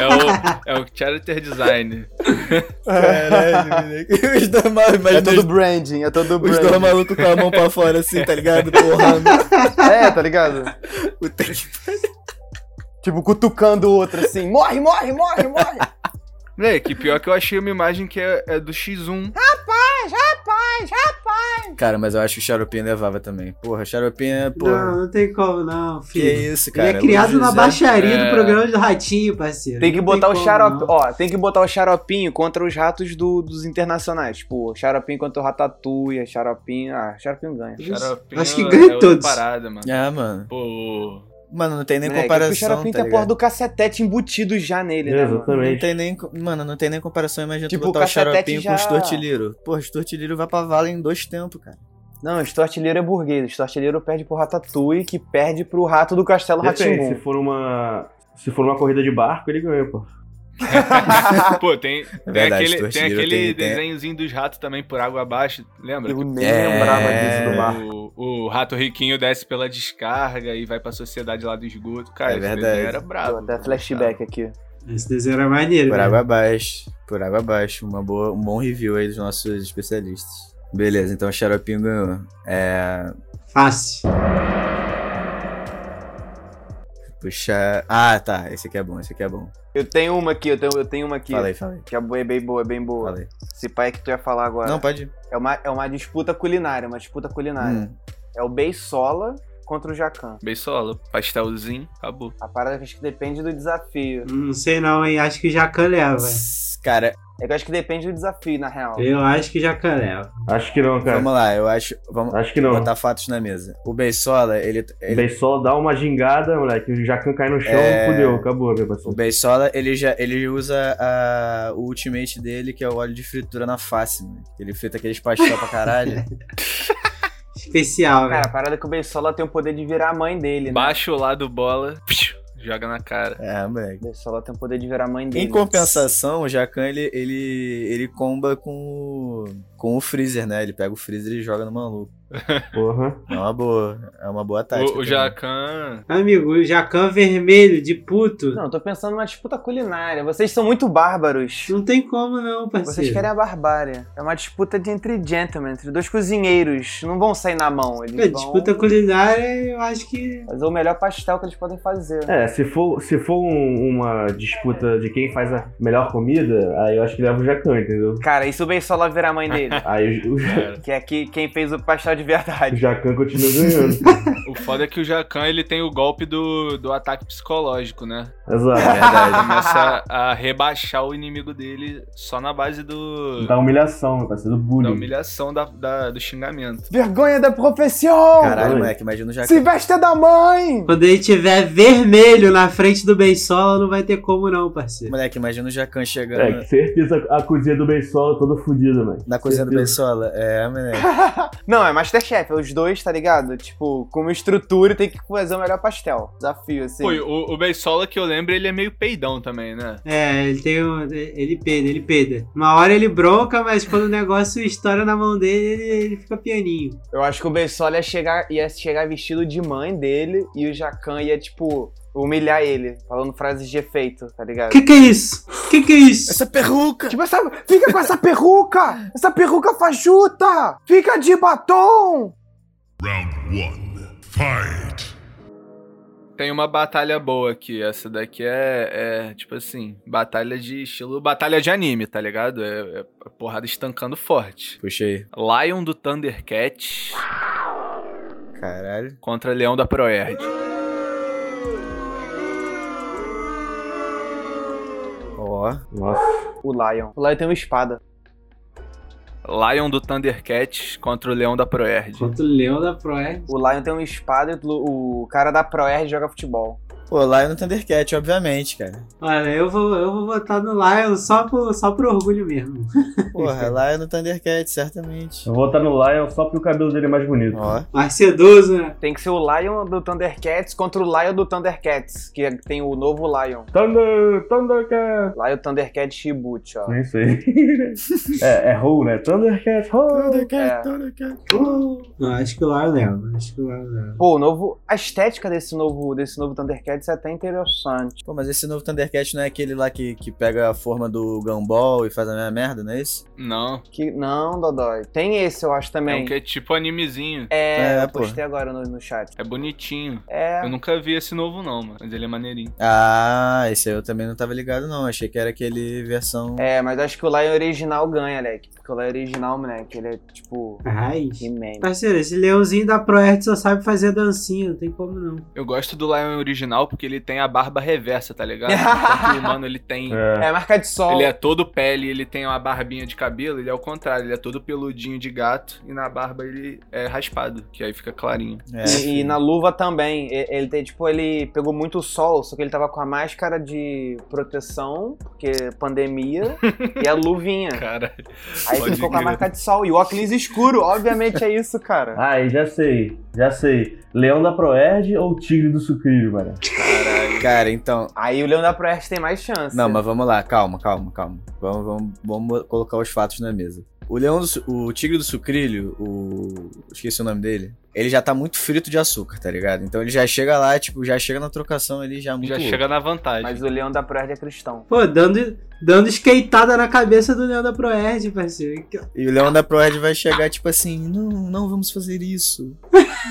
Speaker 3: É o, é o character design.
Speaker 2: Caralho, moleque. Os dois mal-
Speaker 4: É
Speaker 2: imagina
Speaker 4: todo branding, é todo
Speaker 2: os- os dois
Speaker 4: branding.
Speaker 2: malucos com a mão pra fora assim, tá ligado? Porrando.
Speaker 4: É, tá ligado?
Speaker 2: Puta que
Speaker 4: Tipo, cutucando o outro assim, morre, morre, morre, morre.
Speaker 3: Moleque, pior que eu achei uma imagem que é, é do X1.
Speaker 2: Cara, mas eu acho que o Xaropinho levava também. Porra, Xaropinho é, porra.
Speaker 6: Não, não tem como, não,
Speaker 2: que
Speaker 6: filho.
Speaker 2: isso, cara.
Speaker 6: ele é criado
Speaker 2: Louro
Speaker 6: na
Speaker 2: José.
Speaker 6: baixaria
Speaker 3: É.
Speaker 6: do programa do Ratinho, parceiro.
Speaker 4: Tem que
Speaker 6: Não
Speaker 4: botar o
Speaker 6: como,
Speaker 4: xarope,
Speaker 6: não.
Speaker 4: ó, tem que botar o xaropinho contra os ratos do- dos internacionais. Tipo, xaropinho contra o ratatouille, xaropinho, ah, xaropinho ganha.
Speaker 3: Xaropinho
Speaker 6: Acho que
Speaker 3: é
Speaker 6: ganha
Speaker 3: outra
Speaker 6: todos.
Speaker 3: Parada, mano.
Speaker 2: Ah, mano.
Speaker 3: Pô.
Speaker 2: Mano, não tem nem
Speaker 4: Moleque, é que O
Speaker 2: comparação,
Speaker 4: xaropinho
Speaker 2: tá
Speaker 4: tem a porra
Speaker 2: ligado?
Speaker 4: do cacetete embutido já nele, né? mano?
Speaker 2: Não
Speaker 5: Exatamente.
Speaker 2: tem nem, co- mano, não tem nem comparação. Imagina
Speaker 4: Tipo,
Speaker 2: tu
Speaker 4: o
Speaker 2: botar o
Speaker 4: Cacetete
Speaker 2: Xaropinho com
Speaker 4: já-
Speaker 2: o Stortiliro. Porra, o Stortiliro vai pra vala em dois tempos, cara.
Speaker 4: Não, o estortilheiro é burguês. O estortilheiro perde pro Ratatouille, que perde pro rato do castelo
Speaker 5: Depende, se
Speaker 4: Ratimbum.
Speaker 5: for uma. Se for uma corrida de barco, ele ganha, pô.
Speaker 3: Pô, tem, tem
Speaker 2: É verdade,
Speaker 3: aquele,
Speaker 2: Stuart
Speaker 3: tem
Speaker 2: Little
Speaker 3: aquele
Speaker 2: tem- tem-
Speaker 3: desenhozinho dos ratos também por água abaixo, lembra? Tipo,
Speaker 4: Eu nem
Speaker 2: É.
Speaker 4: lembrava disso do barco.
Speaker 3: O, o rato riquinho desce pela descarga e vai pra sociedade lá do esgoto. Cara,
Speaker 2: É
Speaker 3: esse
Speaker 2: verdade.
Speaker 3: desenho era brabo.
Speaker 4: Deu até flashback aqui.
Speaker 6: Esse desenho era maneiro.
Speaker 2: Por
Speaker 6: né?
Speaker 4: É.
Speaker 2: água abaixo, por água abaixo. Uma boa, um bom review aí dos nossos especialistas. Beleza, então o Xaropinho ganhou. É.
Speaker 6: Fácil.
Speaker 2: Puxa. Ah, tá. Esse aqui é bom, esse aqui é bom.
Speaker 4: Eu tenho uma aqui, eu tenho, eu tenho uma aqui.
Speaker 2: Fala aí, fala aí.
Speaker 4: Que é boa, é bem boa, é bem boa.
Speaker 2: Fala aí.
Speaker 4: Esse pai que tu ia falar agora.
Speaker 2: Não, pode ir.
Speaker 4: É, uma, é uma disputa culinária, uma disputa culinária.
Speaker 2: Hum,
Speaker 4: É o Beisola contra o Jacan.
Speaker 3: Bem solo, pastelzinho, acabou.
Speaker 4: A parada que acho que depende do desafio.
Speaker 6: Não sei não, hein? Acho que o Jacan leva.
Speaker 2: Cara,
Speaker 4: É que eu acho que depende do desafio, na real.
Speaker 6: Eu acho que o Jacan leva.
Speaker 5: Acho que não, cara.
Speaker 2: vamos lá, eu acho. Vamos
Speaker 5: Acho que não.
Speaker 2: botar fatos na mesa. O Beisola, ele.
Speaker 5: O
Speaker 2: ele-
Speaker 5: Beisola dá uma gingada, moleque. O Jacan cai no chão,
Speaker 2: É.
Speaker 5: fudeu, acabou, meu
Speaker 2: O
Speaker 5: parceiro.
Speaker 2: Beisola, ele já ele usa a- o ultimate dele, que é o óleo de fritura na face, né? Ele frita aqueles pastel pra caralho.
Speaker 6: Especial, né?
Speaker 4: Cara, a parada é que o Beisola tem o poder de virar a mãe dele, né?
Speaker 3: Baixa o lado bola, joga na cara.
Speaker 2: É, moleque.
Speaker 4: O Beisola tem o poder de virar a mãe dele.
Speaker 2: Em compensação, o Jacan ele, ele, ele comba com o, com o Freezer, né? Ele pega o Freezer e joga no maluco.
Speaker 5: Porra.
Speaker 2: É uma boa, é uma boa tática.
Speaker 3: O, o
Speaker 2: também.
Speaker 3: Jacan.
Speaker 6: Amigo, o Jacan vermelho de puto. Não,
Speaker 4: Não, eu tô pensando numa disputa culinária. Vocês são muito bárbaros.
Speaker 6: tem como não, parceiro.
Speaker 4: Vocês querem a barbárie. É uma disputa de entre gentlemen, entre dois cozinheiros. Não vão sair na mão. Eles
Speaker 6: É,
Speaker 4: vão
Speaker 6: disputa culinária, eu acho que.
Speaker 4: fazer o melhor pastel que eles podem fazer.
Speaker 5: É, se for, se for um- uma disputa de quem faz a melhor comida, aí eu acho que leva o Jacan, entendeu?
Speaker 4: Cara, isso bem só lá virar a mãe dele.
Speaker 5: Aí o, o
Speaker 3: Cara,
Speaker 4: que é que quem fez o pastel de verdade.
Speaker 5: Jacan continua ganhando.
Speaker 3: o foda é que o Jacan ele tem o golpe do, do ataque psicológico, né?
Speaker 2: É
Speaker 5: Exato.
Speaker 3: Ele
Speaker 2: verdade.
Speaker 3: começa a rebaixar o inimigo dele só na base do.
Speaker 5: Da humilhação, meu parceiro, do
Speaker 3: da
Speaker 5: bullying.
Speaker 3: humilhação, da, da- do xingamento.
Speaker 4: Vergonha da profissão!
Speaker 2: Caralho, moleque, imagina o Jacan.
Speaker 4: Se veste da mãe!
Speaker 6: Quando ele tiver vermelho na frente do Beisola, não vai ter como não, parceiro.
Speaker 2: Moleque, imagina o Jacan chegando
Speaker 5: É, que certeza a cozinha do Beisola toda fodida, mano.
Speaker 2: na cozinha do
Speaker 5: Certeza.
Speaker 2: Bensola. É, moleque.
Speaker 4: Não, é Masterchef, é os dois, tá ligado? Tipo, com uma estrutura tem que fazer o melhor pastel. Desafio, assim.
Speaker 3: Pô, e o, o Beisola que eu lembro, ele é meio peidão também, né?
Speaker 6: É, ele tem um. Ele peda, ele peda. Uma hora ele bronca, mas quando o negócio estoura na mão dele, ele, ele fica pianinho.
Speaker 4: Eu acho que o Bessola ia chegar, ia chegar vestido de mãe dele e o Jacan ia, tipo, humilhar ele, falando frases de efeito, tá ligado?
Speaker 6: Que que é isso? Que que é isso?
Speaker 2: Essa perruca!
Speaker 4: Tipo, essa, fica com essa perruca! Essa perruca fajuta! Fica de batom!
Speaker 7: Round one. Fight.
Speaker 3: Tem uma batalha boa aqui. Essa daqui é, é, tipo assim, batalha de estilo. Batalha de anime, tá ligado? É, é porrada estancando forte.
Speaker 2: Puxei.
Speaker 3: Lion do Thundercat
Speaker 2: Caralho.
Speaker 3: contra Leão da Proerd.
Speaker 2: Ó.
Speaker 5: Nossa,
Speaker 4: O Lion. O Lion tem uma espada.
Speaker 3: Lion do Thundercat contra o Leão da Proerd.
Speaker 6: Enquanto o leão da Proerd.
Speaker 4: O Lion tem uma espada e o o cara da ProR joga futebol.
Speaker 2: Pô, lá é no Thundercat, obviamente, cara.
Speaker 6: Olha, eu vou, eu vou votar no Lion só por, só por orgulho mesmo.
Speaker 2: Porra, lá é no Thundercat, certamente.
Speaker 5: eu vou estar no Lion só porque o cabelo dele é mais bonito.
Speaker 2: Ó.
Speaker 6: Mais sedoso, né?
Speaker 4: Tem que ser o Lion do Thundercats contra o Lion do Thundercats, que é- tem o novo Lion.
Speaker 5: Thunder, Thundercat!
Speaker 4: Lion Thundercats Reboot, ó.
Speaker 5: Nem sei. é, é roll, né? Thundercat, roll!
Speaker 4: É.
Speaker 2: Thundercat.
Speaker 6: Não, acho que o Lion leva. Acho que o Lion leva.
Speaker 4: Pô, o novo, a estética desse novo, desse novo Thundercats é até interessante.
Speaker 2: Pô, mas esse novo Thundercat não é aquele lá que, que pega a forma do Gumball e faz a mesma merda, não é isso?
Speaker 3: Não,
Speaker 4: Que, não, Dodói. Tem esse, eu acho
Speaker 3: é um
Speaker 4: também.
Speaker 3: que é tipo animezinho.
Speaker 4: É,
Speaker 2: É,
Speaker 4: eu postei agora no, no chat.
Speaker 3: É bonitinho.
Speaker 4: É.
Speaker 3: Eu nunca vi esse novo, não, mano. Mas ele é maneirinho.
Speaker 2: Ah, esse aí eu também não tava ligado, não. Achei que era aquele versão.
Speaker 4: É, mas acho que o Lion original ganha, moleque. Porque o Lion original, moleque, ele é tipo.
Speaker 6: Raiz.
Speaker 4: He-Man.
Speaker 6: Parceiro, esse leãozinho da Proerd só sabe fazer dancinha, não tem como não.
Speaker 3: Eu gosto do Lion original porque ele tem a barba reversa, tá ligado? Enquanto o humano, ele tem...
Speaker 5: É.
Speaker 4: É a marca de sol.
Speaker 3: Ele é todo pele, ele tem uma barbinha de cabelo, ele é o contrário, ele é todo peludinho de gato e na barba ele é raspado, que aí fica clarinho.
Speaker 2: É,
Speaker 4: E, e na luva também. E- Ele tem, tipo, ele pegou muito sol, só que ele tava com a máscara de proteção, porque pandemia, e a luvinha.
Speaker 3: Cara,
Speaker 4: Aí
Speaker 3: pode
Speaker 4: ficou com a
Speaker 3: crer.
Speaker 4: marca de sol. E o óculos escuro, obviamente é isso, cara.
Speaker 5: Ah, e já sei, já sei. Leão da Proerd ou Tigre do Sucrilho, mano?
Speaker 2: Cara, então.
Speaker 4: Aí o Leão da Proeste tem mais chance.
Speaker 2: Não, mas vamos lá, calma, calma, calma. Vamos, vamos, vamos colocar os fatos na mesa. O leão do, Su- o tigre do sucrilho, o esqueci o nome dele. Ele já tá muito frito de açúcar, tá ligado? Então ele já chega lá, tipo, já chega na trocação ali já é muito
Speaker 3: já
Speaker 2: louco.
Speaker 3: chega na vantagem.
Speaker 4: Mas o Leão da Proeste é cristão.
Speaker 6: Pô, dando, dando skateada na cabeça do Leandro Proerd, parceiro. Que-
Speaker 2: E o leão da Proerd vai chegar tipo assim, não, não vamos fazer isso.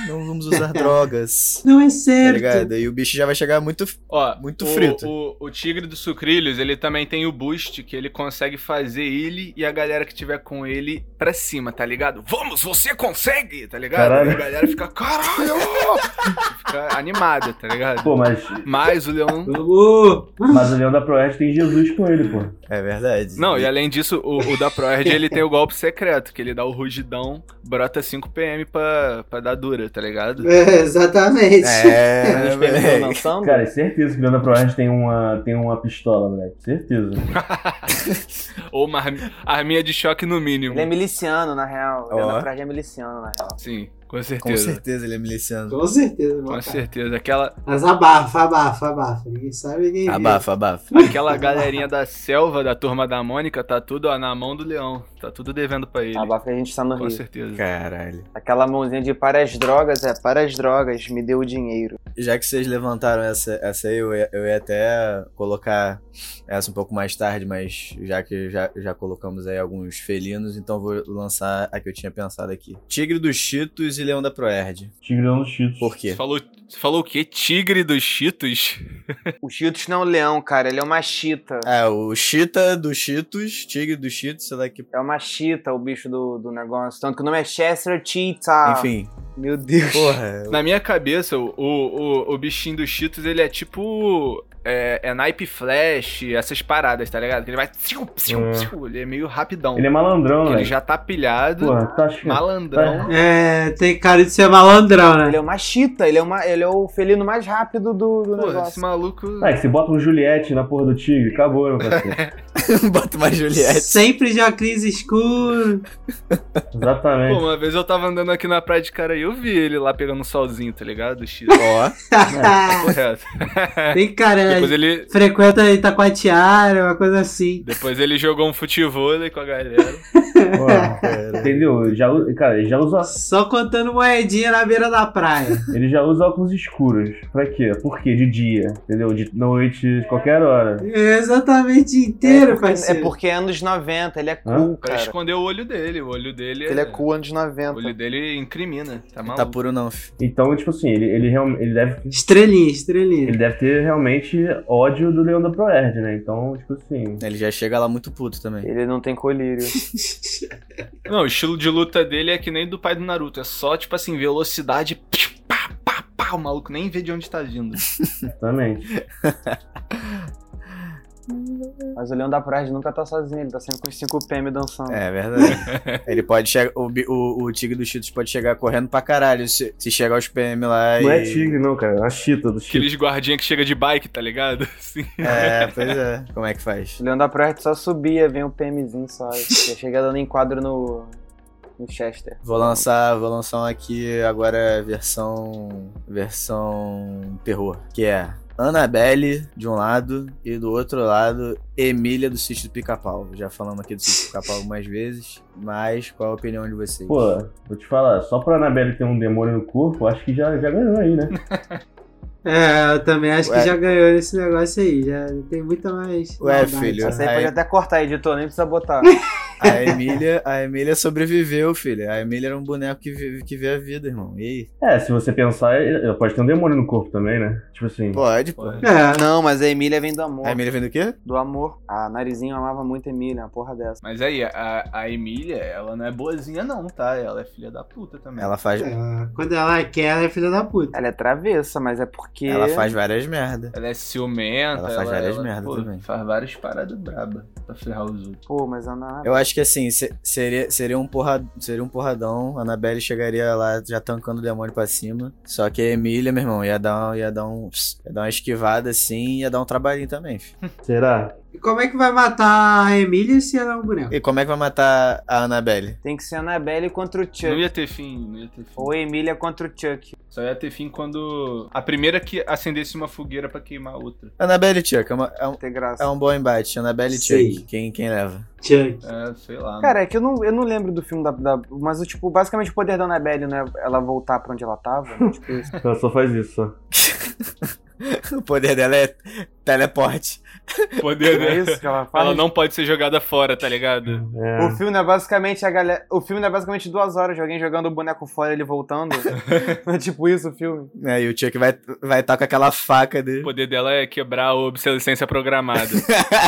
Speaker 2: Não vamos usar drogas.
Speaker 6: Não é
Speaker 2: Tá
Speaker 6: certo.
Speaker 2: ligado? E o bicho já vai chegar muito
Speaker 3: Ó,
Speaker 2: Muito
Speaker 3: o,
Speaker 2: frito.
Speaker 3: O, o Tigre dos Sucrilhos, ele também tem o boost, que ele consegue fazer ele e a galera que tiver com ele pra cima, tá ligado? Vamos, você consegue, tá ligado?
Speaker 5: Caralho.
Speaker 3: E a galera fica, caralho! fica animada, tá ligado?
Speaker 5: Pô, mas,
Speaker 3: Mas o Leão...
Speaker 6: Vamos!
Speaker 5: mas o Leão da Proerd tem Jesus com ele, pô.
Speaker 2: É verdade.
Speaker 3: Não, e além disso, o, o da ProRD, ele tem o golpe secreto, que ele dá o rugidão, brota 5 PM pra, pra dar dura, tá ligado?
Speaker 6: É, exatamente.
Speaker 2: É,
Speaker 4: Eles
Speaker 2: moleque.
Speaker 4: dançando.
Speaker 5: Cara, é certeza que o Leão da Proerd tem uma, tem uma pistola, moleque. Certeza.
Speaker 3: Ou uma armi- arminha de choque no mínimo.
Speaker 4: Ele é miliciano, na real. O Leão
Speaker 2: Ó.
Speaker 4: da Proeste é miliciano, na real.
Speaker 3: Sim, com
Speaker 2: com
Speaker 3: certeza.
Speaker 2: certeza ele é miliciano.
Speaker 6: Com certeza,
Speaker 3: Com
Speaker 6: mano.
Speaker 3: certeza. Aquela,
Speaker 6: Mas abafa, abafa, abafa. Ninguém sabe quem.
Speaker 2: Abafa, abafa.
Speaker 3: aquela galerinha da selva, da turma da Mônica, tá tudo ó, na mão do leão. Tá tudo devendo pra
Speaker 5: Ah,
Speaker 3: ele.
Speaker 4: Abafa que a gente tá no
Speaker 3: Com
Speaker 4: Rio.
Speaker 3: certeza.
Speaker 2: Caralho.
Speaker 4: Aquela mãozinha de para as drogas, é, para as drogas, me deu o dinheiro.
Speaker 2: Já que vocês levantaram essa, essa aí, eu ia, eu ia até colocar essa um pouco mais tarde, mas já que já, já colocamos aí alguns felinos, então vou lançar a que eu tinha pensado aqui. Tigre dos Cheetos e Leão da Proerd.
Speaker 5: Tigre do Cheetos.
Speaker 2: Por quê?
Speaker 3: Você falou, você falou o quê? Tigre dos Cheetos?
Speaker 4: O Cheetos não é um leão, cara, ele é uma chita.
Speaker 2: É, o Cheetah dos Cheetos, Tigre dos Cheetos, sei lá que...
Speaker 4: É uma chita o bicho do, do negócio. Tanto que o nome é Chester Cheetah.
Speaker 2: Enfim,
Speaker 4: Meu Deus.
Speaker 5: é.
Speaker 2: porra...
Speaker 3: É. Na minha cabeça, o, o, o- o bichinho dos Cheetos, ele é tipo. É, é naipe flash, essas paradas, tá ligado? Que ele vai. Tchiu, tchiu,
Speaker 5: Hum.
Speaker 3: tchiu, ele é meio rapidão.
Speaker 5: Ele é
Speaker 3: Ele,
Speaker 5: malandrão, né?
Speaker 3: já tá pilhado,
Speaker 5: Porra, tá achando.
Speaker 3: malandrão.
Speaker 6: É, tem cara de ser malandrão, né?
Speaker 4: Ele é uma chita, ele é, uma, ele é o felino mais rápido do, do
Speaker 3: Pô, esse
Speaker 4: negócio.
Speaker 3: maluco.
Speaker 5: Ah, que se bota um Juliette na porra do Tigre, acabou, meu parceiro.
Speaker 2: Bota mais Juliette.
Speaker 6: Sempre de óculos escuro.
Speaker 3: Pô,
Speaker 5: Exatamente.
Speaker 3: uma vez eu tava andando aqui na praia de cara e eu vi ele lá pegando um solzinho, tá ligado? O Cheetos.
Speaker 2: Ó,
Speaker 3: Correto.
Speaker 6: tem cara,
Speaker 3: Depois
Speaker 6: né?
Speaker 3: ele,
Speaker 6: Frequenta Itacoatiara, uma coisa assim.
Speaker 3: depois ele jogou um futebol com a galera.
Speaker 5: Porra, entendeu? Ele já, usa- cara, ele já usa
Speaker 6: Só contando moedinha na beira da praia.
Speaker 5: Ele já usa óculos escuros. Pra quê? Por quê? De dia, entendeu? De noite, de qualquer hora.
Speaker 6: É exatamente
Speaker 4: é,
Speaker 6: inteiro,
Speaker 4: porque,
Speaker 6: parceiro.
Speaker 4: é porque é anos 90, ele é cool,
Speaker 5: Hã?
Speaker 3: Pra né?
Speaker 4: cara.
Speaker 3: esconder o olho dele. O olho dele
Speaker 4: Ele é cool anos
Speaker 3: O
Speaker 4: 90.
Speaker 3: olho dele incrimina. Tá maluco.
Speaker 2: né, tá puro não, fi.
Speaker 5: Então, tipo assim, ele, ele, real- ele, deve,
Speaker 6: Estrelinha, estrelinha.
Speaker 5: ele deve ter realmente ódio do Leão da Proerd, né? Então, tipo assim.
Speaker 2: Ele já chega lá muito puto também.
Speaker 4: Ele não tem colírio.
Speaker 3: Não, o estilo de luta dele é que nem do pai do Naruto. É só, tipo assim, velocidade. piu, Pá, pá, pá, o maluco nem vê de onde tá vindo.
Speaker 5: Exatamente.
Speaker 4: Mas o Leão da Praia nunca tá sozinho, ele tá sempre com os 5 PM dançando.
Speaker 2: É verdade. ele pode chegar. O, bi- o, o Tigre dos Cheetos pode chegar correndo pra caralho se, se chegar os PM lá e.
Speaker 5: Não é tigre, não, cara. É a chita do chita.
Speaker 3: Aqueles guardinha que chega de bike, tá ligado? Assim.
Speaker 2: É, pois é. Como é que faz?
Speaker 4: O Leão da Praia só subia, vem o PMzinho só. Já chega dando enquadro no, no Chester.
Speaker 2: Vou lançar, vou lançar um aqui agora versão. versão terror. Que é Annabelle de um lado e do outro lado Emília do Sítio do Pica-Pau. Já falamos aqui do Sítio do Pica-Pau algumas vezes, mas qual a opinião de vocês?
Speaker 5: Pô, vou te falar, só pra Anabelle ter um demônio no corpo, acho que já, já ganhou aí, né?
Speaker 6: É, eu também acho
Speaker 2: Ué.
Speaker 6: que já ganhou nesse negócio aí. Já tem muita mais.
Speaker 2: Ué,
Speaker 6: maldade.
Speaker 2: filho.
Speaker 4: Essa aí
Speaker 2: Aí-
Speaker 4: pode até cortar, editor, nem precisa botar.
Speaker 2: A Emília, a Emília sobreviveu, filha. A Emília era um boneco que, vive- que vê a vida, irmão. E aí?
Speaker 5: É, se você pensar, ela pode ter um demônio no corpo também, né? Tipo assim.
Speaker 2: Pode, pô.
Speaker 6: É.
Speaker 4: Não, mas a Emília vem do amor.
Speaker 2: A Emília vem do quê?
Speaker 4: É, Do amor. A Narizinho amava muito a Emília, uma porra dessa.
Speaker 3: Mas aí, a, a Emília, ela não é boazinha não, tá? Ela é filha da puta também.
Speaker 2: Ela faz,
Speaker 6: Ah, Quando ela quer, ela é filha da puta.
Speaker 4: Ela é travessa, mas é porque.
Speaker 2: ela faz várias merda.
Speaker 3: Ela é ciumenta.
Speaker 2: Ela faz várias merda também.
Speaker 3: Faz várias paradas braba pra ferrar os outros.
Speaker 4: Pô, mas é a Nara.
Speaker 2: Eu acho que assim, se- seria, seria, um porra, seria um porradão. A Annabelle chegaria lá já tancando o demônio pra cima. Só que a Emília, meu irmão, ia dar, um- ia dar, um, ia dar uma esquivada assim ia dar um trabalhinho também. filho.
Speaker 5: Será?
Speaker 6: E como é que vai matar a Emília se ela é um boneco?
Speaker 2: E como é que vai matar a Annabelle?
Speaker 4: Tem que ser a Annabelle contra o
Speaker 3: Não
Speaker 4: Chuck.
Speaker 3: ia ter fim, não ia ter fim.
Speaker 4: Ou a Emília contra o Chuck.
Speaker 3: Só ia ter fim quando a primeira que acendesse uma fogueira pra queimar a outra.
Speaker 2: Annabelle e Chuck, é, uma- é um,
Speaker 4: Ter graça.
Speaker 2: é um bom embate. Annabelle e
Speaker 6: Sim.
Speaker 2: Chuck, quem, quem leva?
Speaker 6: Chuck.
Speaker 3: É, sei lá.
Speaker 4: Cara, é que eu não, eu não lembro do filme da, da- Mas, o tipo, basicamente o poder da Annabelle, né? Ela voltar pra onde ela tava. Né? Tipo isso.
Speaker 5: Ela só faz isso, só.
Speaker 2: O poder dela é teleporte.
Speaker 3: o poder
Speaker 4: Não é
Speaker 3: dela.
Speaker 4: isso que ela faz?
Speaker 3: Ela não pode ser jogada fora, tá ligado?
Speaker 5: É.
Speaker 4: O filme é basicamente a galera. O filme é basicamente duas horas de alguém jogando o boneco fora e ele voltando. é tipo isso o filme.
Speaker 2: Né? E o Chuck vai estar vai tá com aquela faca
Speaker 3: O
Speaker 2: dele.
Speaker 3: poder dela é quebrar a obsolescência programada.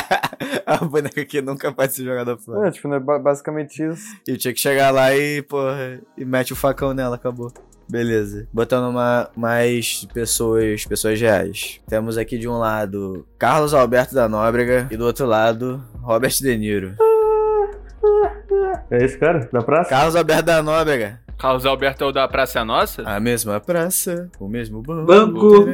Speaker 2: a boneca que nunca pode ser jogada fora.
Speaker 4: É, tipo, né, ba- basicamente isso.
Speaker 2: E o Chuck chegar lá e, porra, e mete o facão nela, acabou. Beleza. Botando uma- mais pessoas, pessoas reais. Temos aqui de um lado Carlos Alberto da Nóbrega e do outro lado Robert De Niro.
Speaker 5: É esse cara? Da praça?
Speaker 2: Carlos Alberto da Nóbrega,
Speaker 3: Carlos Alberto é o da Praça é Nossa?
Speaker 2: a mesma praça, o mesmo banco.
Speaker 6: Banco.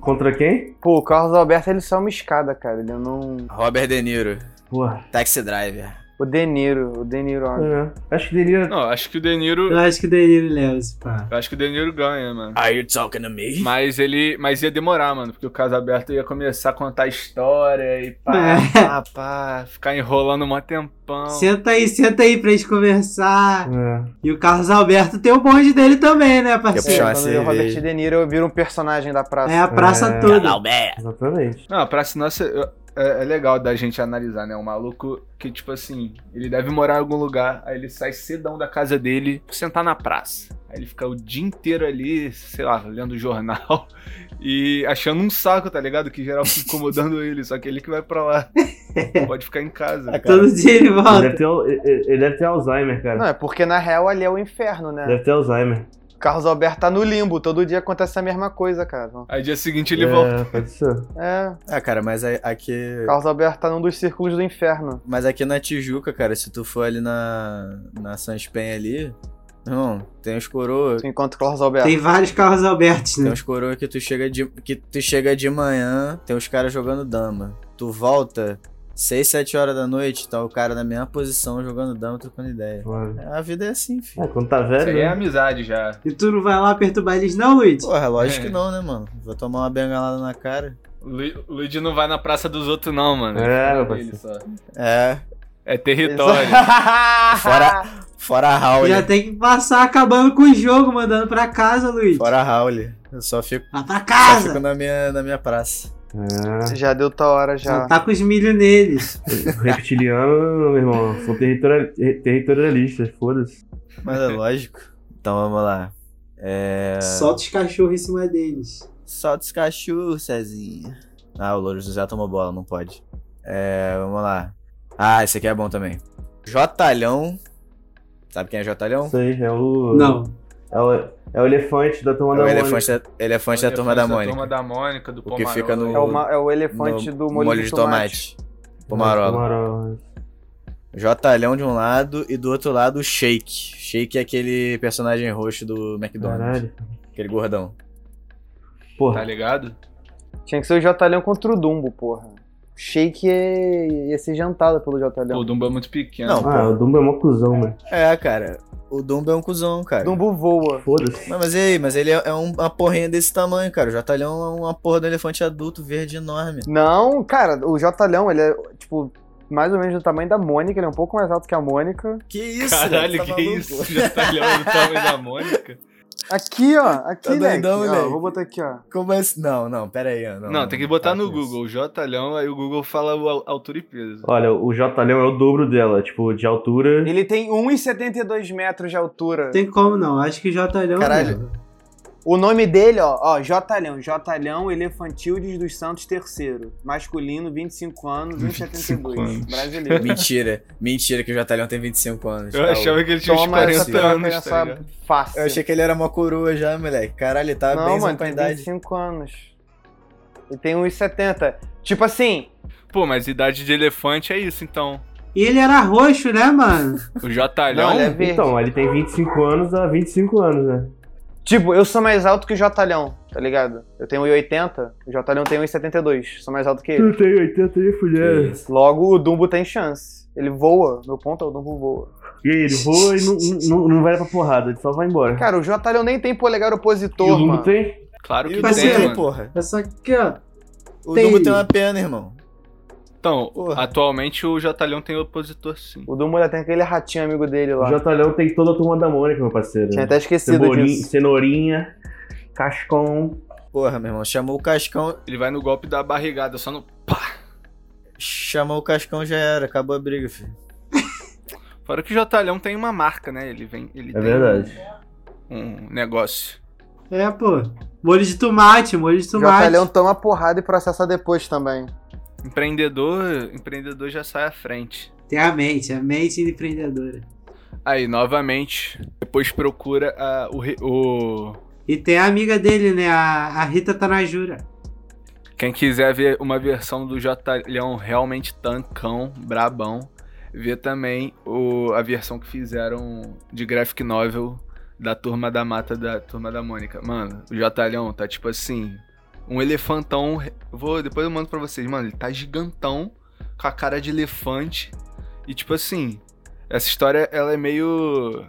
Speaker 5: Contra quem?
Speaker 4: Pô, o Carlos Alberto ele só é uma escada, cara. Ele não.
Speaker 2: Robert De Niro,
Speaker 5: Porra.
Speaker 2: Taxi Driver.
Speaker 4: O De Niro, o De Niro, ó.
Speaker 5: É. Acho que deveria.
Speaker 3: Não, acho que o De Niro.
Speaker 6: Eu acho que o Danilo leva esse
Speaker 4: É.
Speaker 6: pá.
Speaker 3: Eu acho que o De Niro ganha, mano.
Speaker 2: Are you talking to me?
Speaker 3: Mas ele. Mas ia demorar, mano, porque o caso aberto ia começar a contar história e pá,
Speaker 6: É.
Speaker 3: pá, pá, ficar enrolando um tempão.
Speaker 6: Senta aí, senta aí pra gente conversar.
Speaker 5: É.
Speaker 6: E o Carlos Alberto tem o bonde dele também, né,
Speaker 2: Quer
Speaker 6: parceiro?
Speaker 2: puxar? uma
Speaker 4: Quando vê o Robert
Speaker 2: cerveja.
Speaker 4: De Niro vira um personagem da praça.
Speaker 6: É a praça
Speaker 5: É.
Speaker 6: toda.
Speaker 2: um,
Speaker 5: Exatamente.
Speaker 3: Não, a Praça Nossa eu- é, é legal da gente analisar, né? Um maluco que, tipo assim, ele deve morar em algum lugar, aí ele sai cedão da casa dele, sentar na praça. Aí ele fica o dia inteiro ali, sei lá, lendo jornal e achando um saco, tá ligado? Que geral fica incomodando ele, só que ele que vai pra lá. Pode ficar em casa.
Speaker 2: Ah, cara.
Speaker 6: Todo dia ele
Speaker 5: Ele
Speaker 6: volta.
Speaker 5: deve, ter, ele ele deve ter Alzheimer, cara.
Speaker 4: Não, é porque na real ali é o inferno,
Speaker 3: Ah.
Speaker 4: né?
Speaker 5: Deve ter Alzheimer.
Speaker 4: Carlos Alberto tá no limbo, todo dia acontece a mesma coisa, cara.
Speaker 3: Aí dia seguinte ele
Speaker 5: é,
Speaker 3: volta.
Speaker 5: Pode ser.
Speaker 4: É,
Speaker 2: Ah, cara, mas a- aqui.
Speaker 4: Carlos Alberto tá num dos círculos do inferno.
Speaker 2: Mas aqui na Tijuca, cara, se tu for ali na. na Sanspen ali. Não, tem uns coroas.
Speaker 4: Tu encontra o Carlos Alberto.
Speaker 6: Tem vários Carlos Albertos,
Speaker 2: um Tem
Speaker 6: né?
Speaker 2: uns coroa que tu chega de, que tu chega de manhã, tem os caras jogando dama. Tu volta 6, 7 horas da noite, tá o cara na mesma posição jogando dama, trocando ideia.
Speaker 5: Claro.
Speaker 2: A vida é assim, filho.
Speaker 5: É, quando tá
Speaker 3: Isso
Speaker 5: velho.
Speaker 3: aí é
Speaker 5: né?
Speaker 3: amizade já.
Speaker 6: E tu não vai lá perturbar eles, não, Luiz?
Speaker 2: Porra, lógico
Speaker 3: É.
Speaker 2: que não, né, mano? Vou tomar uma bengalada na cara.
Speaker 3: Lu- Luigi não vai na praça dos outros, não, mano.
Speaker 5: É,
Speaker 3: Ele
Speaker 5: meu
Speaker 3: dele só.
Speaker 2: É,
Speaker 3: É território.
Speaker 2: fora, fora a Howley.
Speaker 6: Já tem que passar acabando com o jogo, mandando pra casa, Luiz.
Speaker 2: Fora a Howley. Eu só fico,
Speaker 6: Lá pra
Speaker 2: só fico
Speaker 6: casa!
Speaker 2: na, minha, na minha praça.
Speaker 5: É.
Speaker 4: Já deu tua hora já.
Speaker 6: Tá com os milho neles.
Speaker 5: Reptiliano, meu irmão. São territorial- re- territorialistas, foda-se.
Speaker 2: Mas é lógico. Então vamos lá. É.
Speaker 6: Solta os cachorros em cima deles.
Speaker 2: Solta os cachorros, Cezinha. Ah, o Louro José tomou bola, não pode. É, vamos lá. Ah, esse aqui é bom também. Jotalhão. Sabe quem é Jotalhão?
Speaker 5: Isso aí, é o.
Speaker 6: Não.
Speaker 5: É o, é o elefante da turma
Speaker 2: É
Speaker 5: da
Speaker 2: o
Speaker 5: Mônica.
Speaker 2: elefante da, elefante da turma da Mônica.
Speaker 3: Turma da Mônica, do
Speaker 2: O que
Speaker 3: Pomarol.
Speaker 2: fica no-
Speaker 4: É, o ma- é o elefante
Speaker 2: No
Speaker 4: do molho, de tomate.
Speaker 2: Pomarola.
Speaker 5: É, Pomarola.
Speaker 2: Jotalhão de um lado e do outro lado o Shake. Shake é aquele personagem roxo do McDonald's.
Speaker 5: Caralho.
Speaker 2: Aquele gordão.
Speaker 3: Tá
Speaker 5: Porra.
Speaker 3: ligado?
Speaker 4: Tinha que ser o Jotalhão contra o Dumbo, porra. O Shake é- ia ser jantado pelo
Speaker 3: Pô, o
Speaker 4: Jotalhão.
Speaker 3: Dumbo é muito pequeno.
Speaker 2: Não.
Speaker 5: Ah, o Dumbo é mó cuzão, mano.
Speaker 2: É, cara. O Dumbo é um cuzão, cara.
Speaker 4: Dumbo voa.
Speaker 5: Foda-se.
Speaker 2: Mas, mas e aí, mas ele é, é um- uma porrinha desse tamanho, cara. O Jotalhão é uma porra do elefante adulto verde enorme.
Speaker 4: Não, cara, o Jotalhão, ele é, tipo, mais ou menos do tamanho da Mônica, ele é um pouco mais alto que a Mônica.
Speaker 2: Que isso,
Speaker 3: Caralho,
Speaker 2: cara, tá
Speaker 3: que
Speaker 2: maluco?
Speaker 3: isso? Já tá olhando o tamanho da Mônica?
Speaker 4: Aqui, ó. Aqui,
Speaker 2: Tá
Speaker 4: né?
Speaker 2: doidão,
Speaker 4: Aqui, ó,
Speaker 2: moleque.
Speaker 4: Vou botar aqui, ó.
Speaker 2: Como é esse- Não, não, pera aí. Não,
Speaker 3: Não, tem que botar
Speaker 2: para
Speaker 3: no
Speaker 2: com isso.
Speaker 3: Google, Jotalhão, aí o Google fala o al- altura e peso.
Speaker 5: Olha, o Jotalhão é o dobro dela, tipo, de altura.
Speaker 4: Ele é tem 1,72 metros de altura.
Speaker 6: Tem como não, acho que J. Leão
Speaker 2: Caralho.
Speaker 6: mesmo.
Speaker 4: O nome dele, ó, ó, Jotalhão. Jotalhão Elefantildes dos Santos III. Masculino, 25 anos,
Speaker 3: 25
Speaker 4: 1,72.
Speaker 3: anos.
Speaker 4: Brasileiro.
Speaker 2: Mentira, mentira que o Jotalhão tem 25 anos.
Speaker 3: Eu
Speaker 2: Tá
Speaker 3: achava
Speaker 2: louco.
Speaker 3: que ele tinha uns
Speaker 4: Toma essa
Speaker 3: 40
Speaker 4: troca
Speaker 3: anos, tá
Speaker 4: nessa
Speaker 3: ligado?
Speaker 4: face.
Speaker 2: Eu achei que ele era uma coroa já, moleque. Caralho, ele tá
Speaker 4: Não,
Speaker 2: bem
Speaker 4: mano,
Speaker 2: com a
Speaker 4: tem
Speaker 2: idade.
Speaker 4: 25 anos. E tem 1,70. Tipo assim,
Speaker 3: Pô, mas idade de elefante é isso, então.
Speaker 6: E ele era roxo, né, mano?
Speaker 3: O
Speaker 4: Não,
Speaker 3: Jotalhão...
Speaker 4: ele é verde.
Speaker 5: Então, ele tem 25 anos há 25 anos, né?
Speaker 4: tipo, eu sou mais alto que o Jotalhão, tá ligado? Eu tenho 1,80, o Jotalhão tem 1,72. Sou mais alto que ele.
Speaker 5: Eu tenho 80 e
Speaker 2: Que
Speaker 5: fuder.
Speaker 2: isso.
Speaker 4: Logo, o Dumbo tem chance. Ele voa. Meu ponto é o Dumbo voa.
Speaker 5: E aí, ele voa e não, não, não vai pra porrada, ele só vai embora.
Speaker 4: Cara, o Jotalhão nem tem polegar
Speaker 5: e o
Speaker 4: opositor,
Speaker 5: Dumbo
Speaker 4: mano.
Speaker 5: tem?
Speaker 3: Claro
Speaker 2: E
Speaker 3: que
Speaker 2: o
Speaker 6: Mas
Speaker 3: tem,
Speaker 6: ele-
Speaker 2: Dumbo,
Speaker 3: mano.
Speaker 2: porra.
Speaker 6: Essa aqui, É ó.
Speaker 2: O
Speaker 6: Tem-
Speaker 2: Dumbo tem uma pena, irmão.
Speaker 3: Então,
Speaker 2: Porra.
Speaker 3: atualmente o Jotalhão tem opositor, sim.
Speaker 4: O Dumbo ainda tem aquele ratinho amigo dele
Speaker 5: O
Speaker 4: lá.
Speaker 5: Jotalhão tem toda a turma da Mônica, meu parceiro.
Speaker 4: Tinha até esquecido
Speaker 5: Cebolinha,
Speaker 4: disso.
Speaker 5: Cenourinha, Cascão.
Speaker 2: Porra, meu irmão. Chamou o Cascão.
Speaker 3: Ele vai no golpe da barrigada, só no... Pá!
Speaker 2: Chamou o Cascão já era. Acabou a briga, filho.
Speaker 3: Fora que o Jotalhão tem uma marca, né? Ele vem... Ele
Speaker 5: É
Speaker 3: tem
Speaker 5: verdade.
Speaker 3: Um negócio.
Speaker 6: É, pô. Molho de tomate, molho de
Speaker 4: O
Speaker 6: tomate.
Speaker 2: é
Speaker 4: Jotalhão
Speaker 2: um
Speaker 4: toma porrada e processa depois também.
Speaker 3: Empreendedor... Empreendedor já sai à frente.
Speaker 6: Tem a mente, a mente empreendedora.
Speaker 3: Aí, novamente, depois procura a- o, re- o-
Speaker 6: E tem a amiga dele, né? A, a Rita Tanajura.
Speaker 3: Quem quiser ver uma versão do Jotalhão realmente tancão, brabão, vê também o- a versão que fizeram de graphic novel da Turma da Mata da Turma da Mônica. Mano, o Jotalhão tá tipo assim, um elefantão, re- vou, depois eu mando pra vocês, mano, ele tá gigantão, com a cara de elefante e tipo assim, essa história ela é meio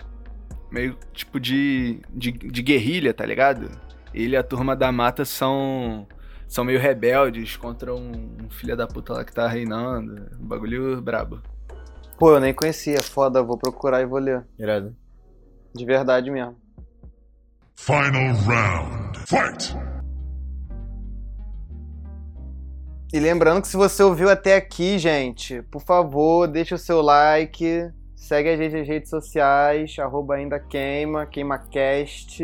Speaker 3: meio tipo de de, de guerrilha, tá ligado? Ele e a Turma da Mata são são meio rebeldes contra um, um filho da puta lá que tá reinando. Um bagulho brabo.
Speaker 4: Pô, eu nem conhecia. Foda, vou procurar e vou ler.
Speaker 2: Irado.
Speaker 4: De verdade mesmo.
Speaker 7: Final round. Fight!
Speaker 4: E lembrando que se você ouviu até aqui, gente, por favor, deixa o seu like, segue a gente nas redes sociais, arroba ainda queima, queimacast.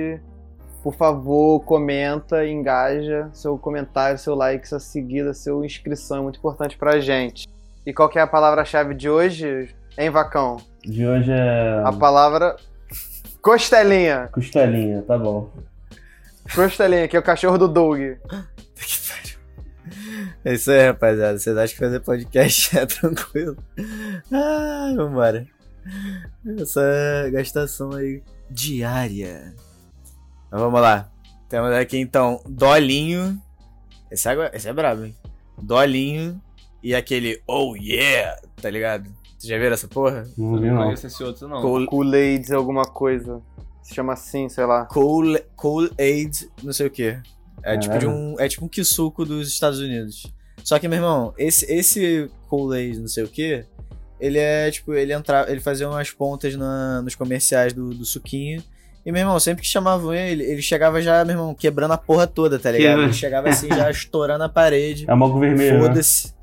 Speaker 4: Por favor, comenta, engaja. Seu comentário, seu like, sua seguida, sua inscrição é muito importante pra gente. E qual que é a palavra-chave de hoje, hein, Vacão?
Speaker 5: De hoje é
Speaker 4: A palavra costelinha.
Speaker 5: costelinha, tá bom.
Speaker 4: Costelinha, que é o cachorro do Doug.
Speaker 2: É isso aí, rapaziada. Vocês acham que fazer podcast é tranquilo? Ah, vambora. Essa gastação aí diária. Mas vamos lá. Temos aqui então Dolinho. Esse é, agora- esse é brabo, hein? Dolinho e aquele Oh yeah, tá ligado? Vocês já viram essa porra?
Speaker 5: Não vi
Speaker 3: Não
Speaker 5: não.
Speaker 3: conheço esse outro, não.
Speaker 2: Cool,
Speaker 4: Kool-Aid, alguma coisa. Se chama assim, sei lá.
Speaker 2: cool, cool Aid, não sei o que. É
Speaker 5: Caralho.
Speaker 2: tipo, de um, é tipo um Kisuko dos Estados Unidos. Só que, meu irmão, esse, esse Cool Aid, não sei o que, ele é tipo, ele entrava, ele fazia umas pontas na- nos comerciais do, do suquinho. E, meu irmão, sempre que chamavam ele, ele chegava já, meu irmão, quebrando a porra toda, tá ligado? Ele chegava assim, já estourando a parede.
Speaker 5: É Malco Vermelho, né?
Speaker 2: Foda-se.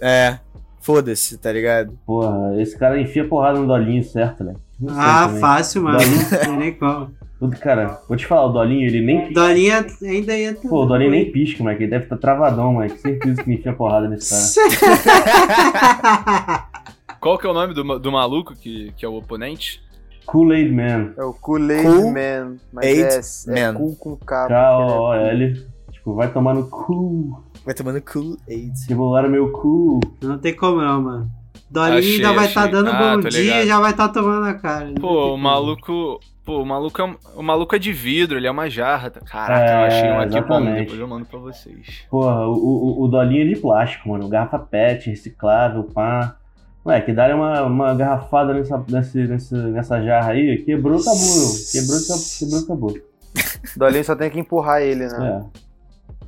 Speaker 2: É, foda-se, tá ligado?
Speaker 5: Porra, esse cara enfia porrada no Dolinho, certo, né? Não sei
Speaker 6: Ah,
Speaker 5: também.
Speaker 6: fácil, mano.
Speaker 5: Dolinho.
Speaker 6: Não tem nem como.
Speaker 5: O- Cara, vou te falar, o Dolinho, ele nem...
Speaker 6: Dolinha ainda ia ter.
Speaker 5: Pô, o Dolinho nem pisca, moleque. Ele deve estar tá travadão, moleque. Certeza que ele enfia porrada nesse cara.
Speaker 3: Qual que é o nome do, ma- do maluco que, que é o oponente?
Speaker 5: Kool-Aid Man.
Speaker 4: É o Kool-Aid
Speaker 2: Kool
Speaker 4: Man. Mas
Speaker 2: Aid
Speaker 4: é, é
Speaker 2: Man.
Speaker 4: Kool com
Speaker 5: Tá
Speaker 4: K. porque é-
Speaker 5: K-O-O-L. Tipo, vai tomar no cu.
Speaker 2: Vai tomando Cool Aid.
Speaker 5: Rebolaram meu cu.
Speaker 6: Não tem como não, mano. Dolinha
Speaker 3: Achei,
Speaker 6: ainda vai
Speaker 3: achei.
Speaker 6: tá dando
Speaker 3: Ah,
Speaker 6: bom
Speaker 3: tô
Speaker 6: dia
Speaker 3: ligado.
Speaker 6: e já vai tá tomando a cara. Não tem
Speaker 3: Pô, o
Speaker 6: como.
Speaker 3: maluco. Pô, o maluco é, um- o maluco é de vidro, ele é uma jarra. tá- Caraca, eu
Speaker 5: É,
Speaker 3: achei um aqui bom.
Speaker 5: exatamente.
Speaker 3: Depois eu mando pra vocês.
Speaker 5: Porra, o, o, o Dolinho é de plástico, mano. Garrafa PET, reciclável, pá. Ué, que dá uma, uma garrafada nessa, nesse, nesse, nessa jarra aí, quebrou, acabou. Quebrou, acabou, quebrou, acabou.
Speaker 4: O Dolinho só tem que empurrar ele, né?
Speaker 5: É.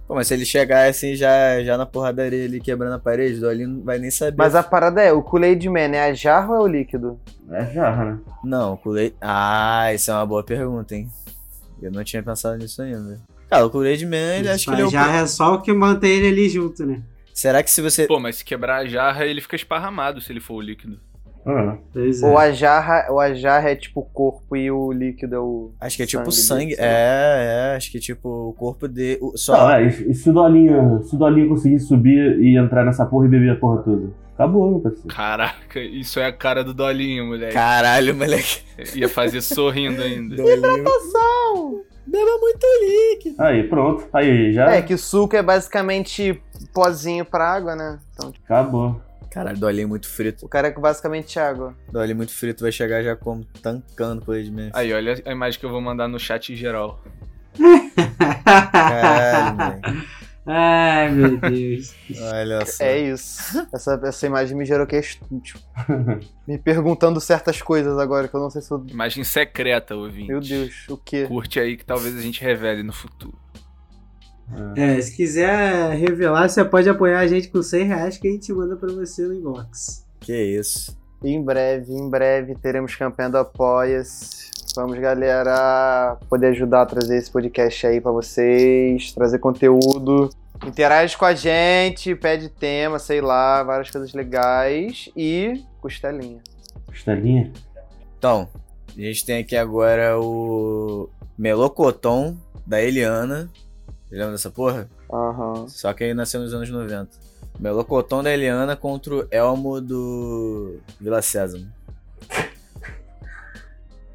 Speaker 2: Pô, mas se ele chegar assim, já, já na porradaria ali, quebrando a parede, o Dolinho não vai nem saber.
Speaker 4: Mas a parada é, o Kool-Aid Man é a jarra ou é o líquido?
Speaker 5: É jarra, né?
Speaker 2: Não, Kool-Aid. Ah, isso é uma boa pergunta, hein? Eu não tinha pensado nisso ainda. Cara, o Courage Man, ele acho que ele é o.
Speaker 6: Mas já é só o que mantém ele ali junto, né?
Speaker 2: Será que se você.
Speaker 3: Pô, mas se quebrar a jarra, ele fica esparramado se ele for o líquido.
Speaker 5: Ah,
Speaker 6: Pois é.
Speaker 4: Ou a jarra, ou a jarra é tipo o corpo e o líquido é o.
Speaker 2: Acho que é tipo
Speaker 4: Sangue
Speaker 2: sangue.
Speaker 4: dele, né?
Speaker 2: É, é, acho que tipo o corpo de. o- Só.
Speaker 5: Não, é, e se e se o Dolinha, se o Dolinha conseguir subir e entrar nessa porra e beber a porra toda? Acabou, meu parceiro.
Speaker 3: Caraca, isso é a cara do Dolinho, moleque.
Speaker 2: Caralho, moleque.
Speaker 3: Ia fazer sorrindo ainda.
Speaker 2: Hidratação! Beba muito líquido.
Speaker 5: Aí, pronto. Aí, já
Speaker 4: É, que suco é basicamente pozinho pra água, né? Então, tipo,
Speaker 5: acabou.
Speaker 2: Caralho, Dolly muito frito.
Speaker 4: o cara é basicamente água.
Speaker 2: Dolly muito frito vai chegar já como tancando por aí de mim.
Speaker 3: Aí, olha a imagem que eu vou mandar no chat em geral.
Speaker 2: Caralho, moleque.
Speaker 6: Ai, meu Deus.
Speaker 2: Olha só.
Speaker 4: É isso. Essa, essa imagem me gerou questão, tipo, me perguntando certas coisas agora, que eu não sei se eu.
Speaker 3: Imagem secreta, ouvinte.
Speaker 4: Meu Deus, o quê?
Speaker 3: Curte aí que talvez a gente revele no futuro.
Speaker 6: É, se quiser revelar, você pode apoiar a gente com 100 reais que a gente manda pra você no inbox.
Speaker 2: Que isso.
Speaker 4: Em breve, em breve, teremos campanha do Apoia-se. Vamos, galera, poder ajudar a trazer esse podcast aí pra vocês, trazer conteúdo. Interage com a gente, pede tema, sei lá, várias coisas legais e costelinha.
Speaker 5: Costelinha.
Speaker 2: Então, a gente tem aqui agora o Melocoton da Eliana. Você Lembra dessa porra?
Speaker 4: Aham.
Speaker 2: Só que aí nasceu nos anos 90. Melocoton da Eliana contra o Elmo do Vila César.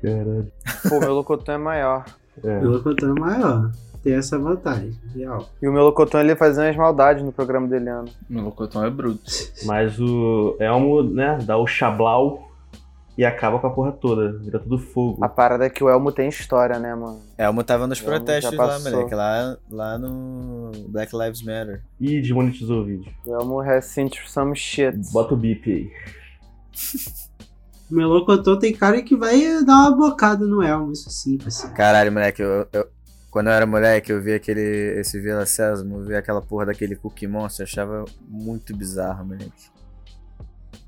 Speaker 5: Caralho.
Speaker 4: Pô, meu locotão é maior.
Speaker 5: É.
Speaker 6: Pelo contrário, maior. Tem essa vantagem. Real.
Speaker 4: E o meu locotão ele fazia umas maldades no programa dele, Ana.
Speaker 3: Meu locotão é bruto.
Speaker 5: Mas o Elmo, né, dá o xablau e acaba com a porra toda. Vira tudo fogo.
Speaker 4: A parada é que o Elmo tem história, né, mano?
Speaker 2: Elmo tava nos
Speaker 4: Elmo
Speaker 2: protestos
Speaker 4: já
Speaker 2: lá,
Speaker 4: passou.
Speaker 2: moleque. Lá, lá no Black Lives Matter.
Speaker 5: Ih, desmonetizou o vídeo.
Speaker 4: O Elmo has seen some shit.
Speaker 5: Bota o bip aí.
Speaker 6: O Melocotão tem cara que vai dar uma bocada no Elmo, isso sim, assim.
Speaker 2: Caralho, moleque, eu, eu- quando eu era moleque, eu vi aquele, esse Vila César, eu vi aquela porra daquele Cookie Monster, eu achava muito bizarro, moleque.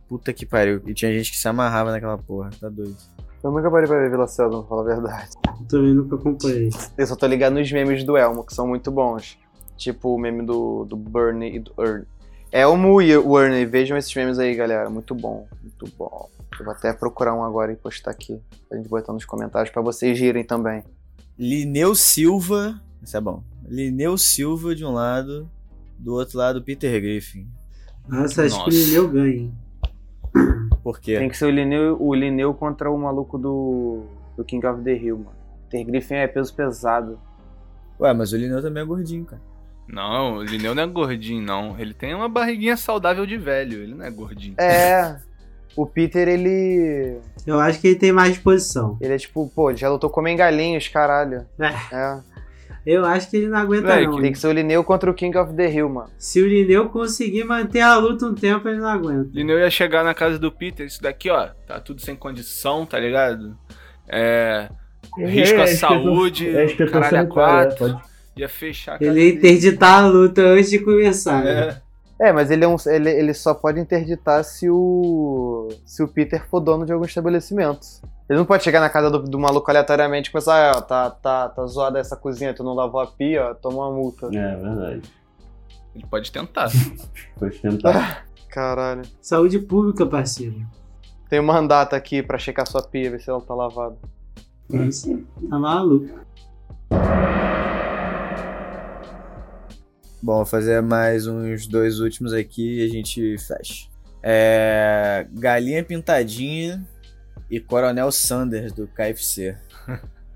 Speaker 2: Puta que pariu. E tinha gente que se amarrava naquela porra, tá doido.
Speaker 4: Eu nunca parei pra ver Vila César, pra falar a verdade.
Speaker 6: Eu também nunca acompanhei.
Speaker 4: Eu só tô ligado nos memes do Elmo, que são muito bons. Tipo o meme do, do Bernie e do Ernie. Elmo e o Ernie, vejam esses memes aí, galera. Muito bom, muito bom. Eu vou até procurar um agora e postar aqui. Pra gente botar nos comentários pra vocês girem também.
Speaker 2: Lineu Silva. Isso é bom. Lineu Silva de um lado, do outro lado, Peter Griffin.
Speaker 6: Nossa, acho
Speaker 3: Nossa.
Speaker 6: que o Lineu ganha. hein?
Speaker 2: Por quê?
Speaker 4: Tem que ser o Lineu, o Lineu contra o maluco do, do King of the Hill, mano. Ter Griffin é peso pesado.
Speaker 2: Ué, mas o Lineu também é gordinho, cara.
Speaker 3: Não, o Lineu não é gordinho, não. Ele tem uma barriguinha saudável de velho. Ele não é gordinho.
Speaker 4: É. O Peter, ele.
Speaker 6: Eu acho que ele tem mais disposição.
Speaker 4: Ele é tipo, pô, ele já lutou com mengalinhos, caralho.
Speaker 6: É.
Speaker 4: É.
Speaker 6: Eu acho que ele não aguenta,
Speaker 3: Moleque,
Speaker 6: não.
Speaker 4: Tem que ser o Lineu contra o King of the Hill, mano.
Speaker 6: Se o Lineu conseguir manter a luta um tempo, ele não aguenta.
Speaker 3: Lineu ia chegar na casa do Peter. Isso daqui, ó, tá tudo sem condição, tá ligado? É. Risco à
Speaker 5: É, é,
Speaker 3: saúde,
Speaker 5: inspetor- é, inspetor
Speaker 3: caralho, a
Speaker 5: sanitário,
Speaker 3: quatro.
Speaker 5: é, pode-
Speaker 3: Ia fechar a casa
Speaker 6: Ele ia
Speaker 3: dele.
Speaker 6: interditar a luta antes de começar. né?
Speaker 3: É.
Speaker 4: É, mas ele, é um, ele, ele só pode interditar se o. se o Peter for dono de algum estabelecimento. Ele não pode chegar na casa do, do maluco aleatoriamente e começar, ah, ó, tá, tá, tá zoada essa cozinha, tu não lavou a pia, ó, toma uma multa.
Speaker 5: É verdade.
Speaker 3: Ele pode tentar.
Speaker 5: Pode tentar.
Speaker 4: Caralho.
Speaker 6: Saúde pública, parceiro.
Speaker 4: Tem um mandato aqui pra checar sua pia, ver se ela tá lavada.
Speaker 6: Nossa, Tá maluco.
Speaker 2: Bom, vou fazer mais uns dois últimos aqui e a gente fecha. É, Galinha Pintadinha e Coronel Sanders do KFC.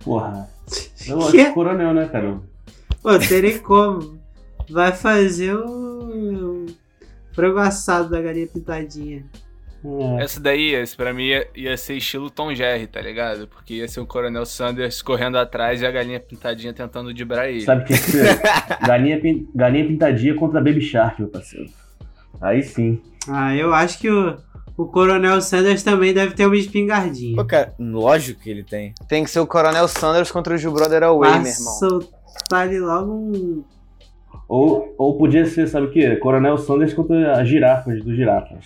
Speaker 5: Porra. É lógico,
Speaker 6: Quê?
Speaker 5: coronel, né, cara?
Speaker 6: Pô, não tem nem como. Vai fazer o. o frango assado da galinha pintadinha.
Speaker 5: É.
Speaker 3: Essa daí, esse pra mim, ia, ia ser estilo Tom Jerry, tá ligado? Porque ia ser o Coronel Sanders correndo atrás e a galinha pintadinha tentando dibrar ele.
Speaker 5: Sabe o que é isso? galinha, pin- galinha pintadinha contra Baby Shark, meu parceiro. Aí sim.
Speaker 6: Ah, eu acho que o, o Coronel Sanders também deve ter uma espingardinha.
Speaker 2: Pô, cara, um lógico que ele tem.
Speaker 4: Tem que ser o Coronel Sanders contra o Gil Brother Away, meu
Speaker 6: Mas
Speaker 4: irmão.
Speaker 6: soltar ali logo um.
Speaker 5: Ou, ou podia ser, sabe o quê? Coronel Sanders contra as girafas do Girafas.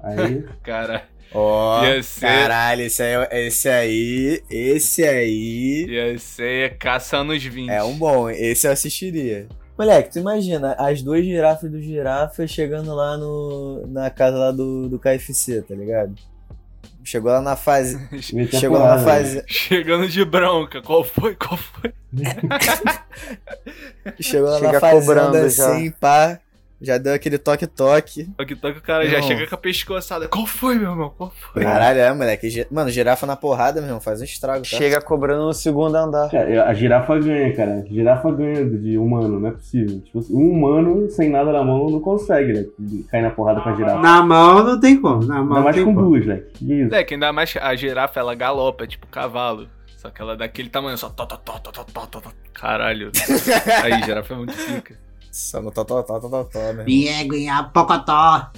Speaker 5: Aí.
Speaker 3: Cara,
Speaker 2: Ó,
Speaker 3: Ia ser-
Speaker 2: caralho, esse aí, esse aí, esse aí
Speaker 3: ia ser caça anos 20.
Speaker 2: é um bom, esse eu assistiria. Moleque, tu imagina as duas girafas do girafa chegando lá no, na casa lá do, do KFC, tá ligado? Chegou lá na fase.
Speaker 5: meter a
Speaker 2: Chegou lá
Speaker 5: porrada,
Speaker 2: na
Speaker 5: né?
Speaker 2: fase.
Speaker 3: Chegando de bronca. Qual foi? Qual foi?
Speaker 2: Chegou lá na
Speaker 4: Chega
Speaker 2: fazenda
Speaker 4: cobrando já.
Speaker 2: assim, pá. Já deu aquele toque-toque.
Speaker 3: O que toca o cara já
Speaker 2: Não.
Speaker 3: chega com a pescoçada. Qual foi, meu irmão? Qual foi?
Speaker 2: Caralho, é, moleque. gi- Mano, girafa na porrada, meu irmão, faz um estrago, tá?
Speaker 4: Chega cobrando no segundo andar.
Speaker 5: Cara, É, a girafa ganha, cara. A girafa ganha de humano, não é possível. Tipo, assim, um humano sem nada na mão não consegue, né? Cair na porrada com a girafa.
Speaker 6: Na mão não tem como. Na mão
Speaker 5: Ainda
Speaker 6: não
Speaker 5: mais
Speaker 6: tem
Speaker 5: com
Speaker 6: como.
Speaker 5: duas, né? Que isso?
Speaker 3: É, que ainda mais a girafa, ela galopa, é tipo cavalo. Só que ela é daquele tamanho, só tó, tó, tó, tó, tó, tó, tó, tó. Caralho. Aí, girafa é muito pica.
Speaker 2: Só no tó, tó, tó, tó, tó, tó, né?
Speaker 6: Vinha ganhar pocotó.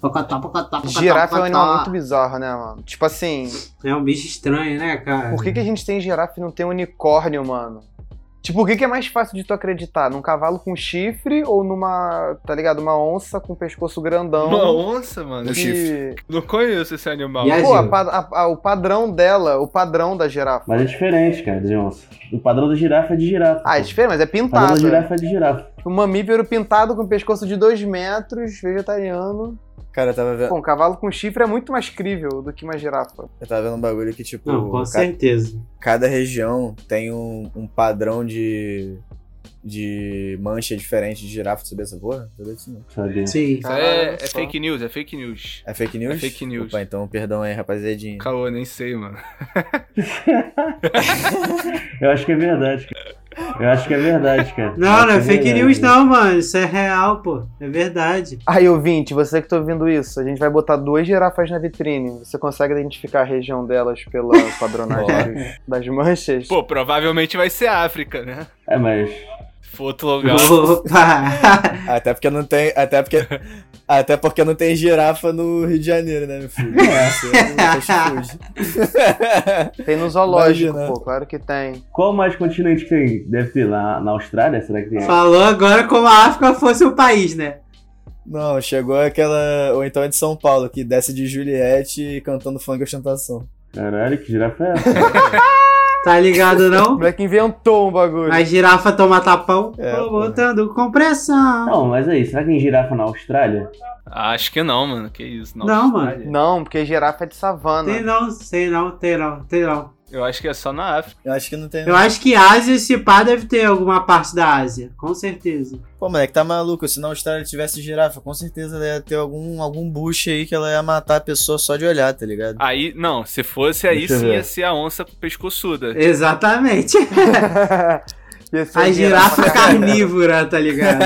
Speaker 6: Pocotó, pocotó, pocotó.
Speaker 4: Girafa é um
Speaker 6: pocotó.
Speaker 4: animal muito bizarro, né, mano? Tipo assim,
Speaker 6: É um bicho estranho, né, cara?
Speaker 4: por que, que a gente tem girafa e não tem unicórnio, mano? Tipo, o que, que é mais fácil de tu acreditar? Num cavalo com chifre ou numa, tá ligado? Uma onça com pescoço
Speaker 2: Então,
Speaker 4: grandão?
Speaker 3: Uma onça, mano.
Speaker 2: No
Speaker 4: que-
Speaker 2: chifre.
Speaker 3: Não conheço esse animal.
Speaker 6: E a
Speaker 4: Pô, a
Speaker 6: Gil?
Speaker 4: pa- a- a- o padrão dela, o padrão da girafa.
Speaker 5: Mas é diferente, cara, de onça. O padrão da girafa é de girafa.
Speaker 4: Ah, é
Speaker 5: pô.
Speaker 4: diferente, mas é
Speaker 5: O padrão da
Speaker 4: pintado.
Speaker 5: girafa é de girafa.
Speaker 4: Um mamífero pintado com pescoço de 2 metros, vegetariano.
Speaker 2: Cara, eu tava vendo.
Speaker 4: Pô, um cavalo com chifre é muito mais crível do que uma girafa.
Speaker 2: Eu tava vendo um bagulho que, tipo,
Speaker 6: Não, com
Speaker 2: ca-
Speaker 6: certeza.
Speaker 2: cada região tem um, um padrão de. de mancha diferente de girafa, tu sabia essa porra? Sabia disso não.
Speaker 5: Sabe?
Speaker 6: Sim.
Speaker 3: Isso aí é,
Speaker 4: Caralho,
Speaker 3: é fake news, é fake news.
Speaker 2: É fake news?
Speaker 3: É fake news.
Speaker 2: Opa, então perdão aí, rapaziadinha.
Speaker 3: Caô, nem sei, mano.
Speaker 5: Eu acho que é verdade, cara. Eu acho que é verdade, cara. Eu
Speaker 6: Não,
Speaker 5: acho
Speaker 6: não
Speaker 5: que
Speaker 6: é fake
Speaker 5: verdade.
Speaker 6: news, não, mano. Isso é real, pô. É verdade.
Speaker 4: Aí, ouvinte, você que tá ouvindo isso, a gente vai botar duas girafas na vitrine. Você consegue identificar a região delas pela padronagem dos- das manchas?
Speaker 3: Pô, provavelmente vai ser África, né?
Speaker 5: É, mas.
Speaker 3: Se for outro lugar.
Speaker 6: Opa!
Speaker 2: Até porque não tem. Até porque. até porque não tem girafa no Rio de Janeiro, né, meu filho? um É.
Speaker 4: Tem no zoológico,
Speaker 2: Imagina.
Speaker 4: pô, claro que tem.
Speaker 5: Qual mais continente que tem? Deve ter lá na Austrália? Será que tem?
Speaker 6: Falou agora como a África fosse um país, né?
Speaker 2: não, chegou aquela. Ou então é de São Paulo, que desce de Juliette cantando funk e ostentação.
Speaker 5: Caralho, que girafa é essa?
Speaker 6: Tá ligado,
Speaker 4: O
Speaker 6: não?
Speaker 4: moleque inventou um bagulho.
Speaker 6: A girafa toma tapão,
Speaker 2: É,
Speaker 6: tô
Speaker 2: pô.
Speaker 6: botando compressão.
Speaker 5: não, mas aí, será que tem girafa na Austrália?
Speaker 3: Acho que não, mano. Que isso, não.
Speaker 6: Não, mano.
Speaker 3: Austrália.
Speaker 4: Não, porque girafa é de savana.
Speaker 6: Tem não, tem não, tem não, tem não.
Speaker 3: Eu acho que é só na África.
Speaker 2: Eu acho que não tem.
Speaker 6: Eu acho que Ásia, se pá, deve ter alguma parte da Ásia, com certeza.
Speaker 2: Pô, moleque, tá maluco. Se na Austrália tivesse girafa, com certeza ela ia ter algum, algum bucho aí que ela ia matar a pessoa só de olhar, tá ligado?
Speaker 3: Aí, não, se fosse aí
Speaker 5: Deixa eu
Speaker 3: sim
Speaker 5: ver. É.
Speaker 3: ia ser a onça pescoçuda.
Speaker 6: Exatamente.
Speaker 4: Ia ser
Speaker 6: A girafa é
Speaker 4: carnívora.
Speaker 6: carnívora, tá ligado?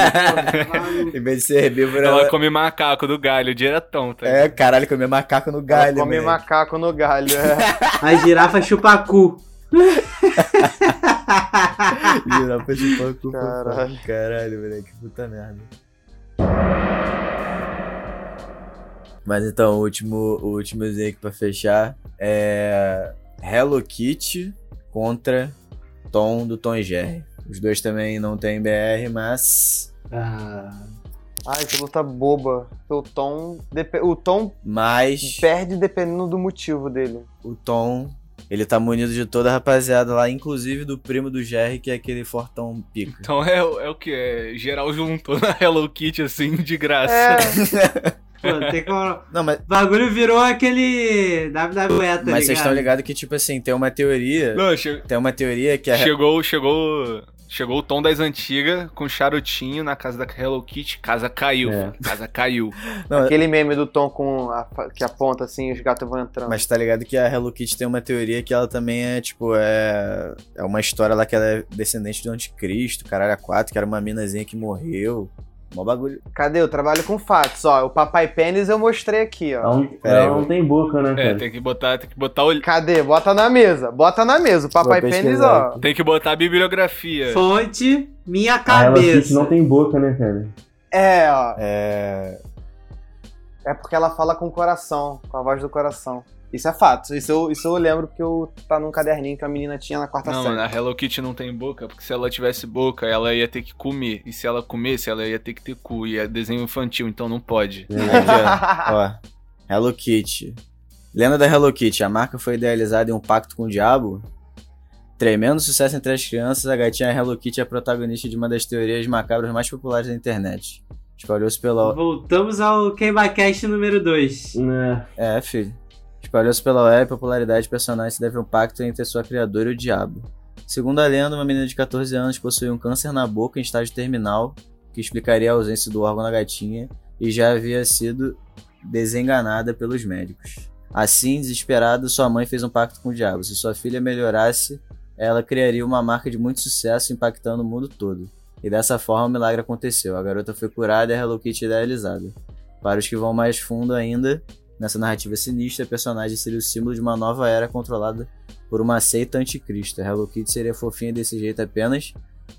Speaker 2: Em vez de ser herbívora,
Speaker 3: Ela
Speaker 2: ela...
Speaker 3: come macaco do galho diretão, tá ligado?
Speaker 2: É, caralho, comer macaco no
Speaker 4: Ela
Speaker 2: galho,
Speaker 4: come
Speaker 2: moleque.
Speaker 4: macaco no galho. é.
Speaker 6: A girafa chupa cu.
Speaker 2: Girafa de pão é com
Speaker 4: Caralho.
Speaker 2: Caralho. Caralho, moleque, puta merda. Mas então, o último, o último desenho aqui pra fechar é Hello Kitty contra Tom do Tom e Jerry. Os dois também não tem BR, mas.
Speaker 6: Ah,
Speaker 4: Ai, que luta boba. O Tom, depe- o Tom
Speaker 2: Mas
Speaker 4: perde dependendo do motivo dele.
Speaker 2: o Tom, ele tá munido de toda a rapaziada lá, inclusive do primo do Jerry, que é aquele fortão pica.
Speaker 3: Então é, o- é o que? É, geral juntou na Hello Kitty assim, de graça.
Speaker 4: É,
Speaker 6: pô, tem como...
Speaker 2: Não, mas,
Speaker 6: O bagulho virou aquele WWE, tá ligado?
Speaker 2: mas vocês estão ligados que, tipo assim, tem uma teoria.
Speaker 3: Não, che-
Speaker 2: Tem uma teoria que é.
Speaker 3: chegou, chegou. Chegou o tom das antigas com charutinho na casa da Hello Kitty. Casa caiu,
Speaker 5: É.
Speaker 3: filho, casa caiu.
Speaker 4: aquele meme do Tom com a fa- que aponta assim os gatos vão entrando.
Speaker 2: Mas tá ligado que a Hello Kitty tem uma teoria que ela também é, tipo, é. É uma história lá que ela é descendente do anticristo, caralho, a quatro, que era uma minazinha que morreu. Mó bagulho.
Speaker 4: Cadê? Eu trabalho com fatos, ó. O papai pênis eu mostrei aqui, ó.
Speaker 5: Ela não,
Speaker 2: Pera aí,
Speaker 5: ela não
Speaker 2: vou-
Speaker 5: tem boca, né,
Speaker 3: É,
Speaker 5: cara?
Speaker 3: tem que botar, tem que botar o.
Speaker 4: Cadê? Bota na mesa. Bota na mesa. O papai
Speaker 2: Vou
Speaker 4: pênis,
Speaker 2: pesquisar
Speaker 4: ó.
Speaker 3: Tem que botar a bibliografia.
Speaker 6: Fonte,
Speaker 2: Ah,
Speaker 6: minha
Speaker 5: A Hello Kitty
Speaker 6: cabeça.
Speaker 5: não tem boca, né, cara?
Speaker 4: É, ó.
Speaker 2: É.
Speaker 4: É porque ela fala com o coração, com a voz do coração. Isso é fato. Isso eu, isso eu lembro porque eu tá num caderninho que a menina tinha na
Speaker 5: tá
Speaker 4: quarta
Speaker 3: Não,
Speaker 4: série.
Speaker 3: mano, a Hello Kitty não tem boca, porque se ela tivesse boca, ela ia ter que comer. E se ela comesse, ela ia ter que ter cu. E é desenho infantil, então não pode.
Speaker 2: Aqui, ó. ó. Hello Kitty. Lenda da Hello Kitty. A marca foi idealizada em um pacto com o diabo? Tremendo sucesso entre as crianças, a gatinha Hello Kitty é a protagonista de uma das teorias macabras mais populares da internet. Espalhou-se pela.
Speaker 6: Voltamos ao QueimaCast número 2.
Speaker 5: Né?
Speaker 2: É, filho. Espalhou-se pela web, a popularidade do personagem se deve a um pacto entre sua criadora e o diabo. Segundo a lenda, uma menina de 14 anos possuía um câncer na boca em estágio terminal, que explicaria a ausência do órgão na gatinha, e já havia sido desenganada pelos médicos. Assim, desesperada, sua mãe fez um pacto com o diabo. Se sua filha melhorasse, ela criaria uma marca de muito sucesso impactando o mundo todo. E dessa forma o milagre aconteceu. A garota foi curada e a Hello Kitty idealizada. Para os que vão mais fundo ainda, nessa narrativa sinistra, a personagem seria o símbolo de uma nova era controlada por uma seita anticrista. A Hello Kitty seria fofinha desse jeito apenas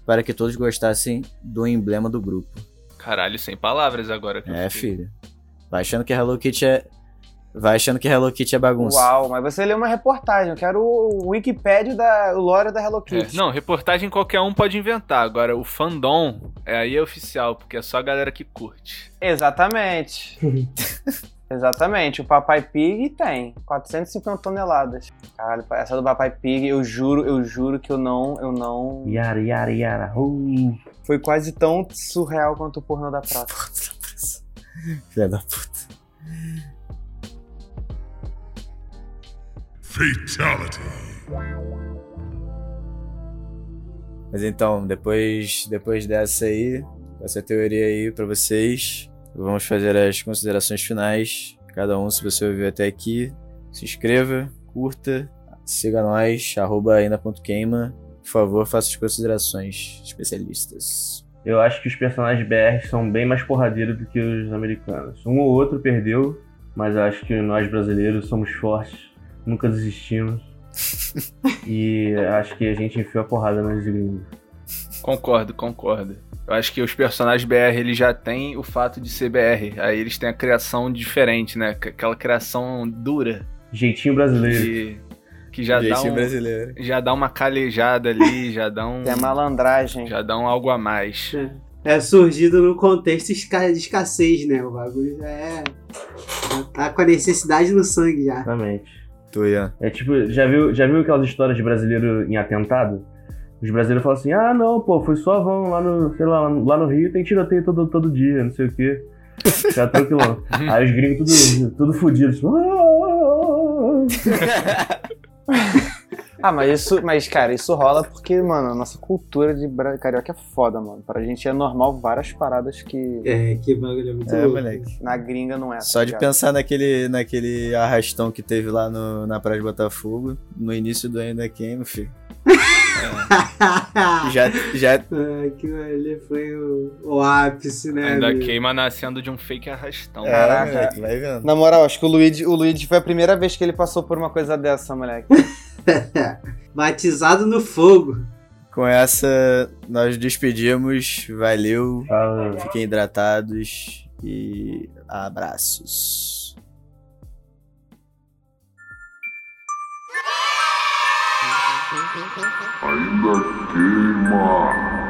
Speaker 2: para que todos gostassem do emblema do grupo.
Speaker 3: Caralho, sem palavras agora. que eu
Speaker 2: É,
Speaker 3: fiquei.
Speaker 2: filho. Vai achando que a Hello Kitty é. Vai achando que a Hello Kitty é bagunça.
Speaker 4: Uau, mas você leu uma reportagem. Eu quero o Wikipedia da o lore da Hello
Speaker 3: É,
Speaker 4: Kitty.
Speaker 3: Não, reportagem qualquer um pode inventar. Agora, o fandom é aí é oficial, porque é só a galera que curte.
Speaker 4: Exatamente. Exatamente, o Papai Pig tem 450 toneladas. Caralho, essa do Papai Pig, eu juro, eu juro que eu não, eu não.
Speaker 5: Yara, yara, yara. Uh.
Speaker 4: Foi quase tão surreal quanto o pornô da praça.
Speaker 2: Filha da puta.
Speaker 7: Fatality.
Speaker 2: Mas então, depois, depois dessa aí, com essa teoria aí pra vocês, vamos fazer as considerações finais. Cada um, se você ouviu até aqui, se inscreva, curta, siga nós, arroba ainda.queima. Por favor, faça as considerações especialistas.
Speaker 5: Eu acho que os personagens BR são bem mais porradeiros do que os americanos. Um ou outro perdeu, mas eu acho que nós brasileiros somos fortes, nunca desistimos. e acho que a gente enfiou a porrada nos gringos.
Speaker 3: Concordo, concordo. Eu acho que os personagens BR eles já têm o fato de ser BR. Aí eles têm a criação diferente, né? C- Aquela criação dura
Speaker 5: Jeitinho brasileiro.
Speaker 3: que, que já, dá
Speaker 2: Jeitinho
Speaker 3: um,
Speaker 2: brasileiro.
Speaker 3: já dá uma calejada ali, já dá um.
Speaker 4: Tem a É malandragem.
Speaker 3: Já dá um algo a mais.
Speaker 6: É surgido no contexto esca- de escassez, né? O bagulho já é. já tá com a necessidade no sangue já.
Speaker 5: Exatamente.
Speaker 2: Tu, Ian.
Speaker 5: É tipo, já viu, já viu aquelas histórias de brasileiro em atentado? Os brasileiros falam assim, ah não, pô, foi só vão lá no, sei lá, lá no Rio, tem tiroteio todo, todo dia, não sei o quê. Fica tranquilão. Aí os gringos tudo, tudo fudidos. tipo, "Ah".
Speaker 4: Ah, mas isso, mas cara, isso rola porque, mano, a nossa cultura de bra- carioca é foda, mano. Pra gente é normal várias paradas que
Speaker 6: É, que bagulho é muito
Speaker 2: É,
Speaker 6: louco.
Speaker 2: moleque.
Speaker 4: na gringa não é. tá
Speaker 2: Só de
Speaker 4: ligado?
Speaker 2: pensar naquele, naquele arrastão que teve lá no- na Praia de Botafogo, no início do Ainda Queima, filho. Já, já,
Speaker 6: Ah, que ele foi o, o ápice, né?
Speaker 3: Ainda
Speaker 6: amigo?
Speaker 3: queima nascendo de um fake arrastão.
Speaker 4: Caraca.
Speaker 2: É, moleque, vai vendo.
Speaker 4: Na moral, acho que o Luigi, o Luigi foi a primeira vez que ele passou por uma coisa dessa, moleque.
Speaker 6: Batizado no fogo.
Speaker 2: Com essa, nós despedimos. Valeu,
Speaker 4: Tá.
Speaker 5: Fala.
Speaker 2: fiquem hidratados e abraços.
Speaker 7: Ainda queima.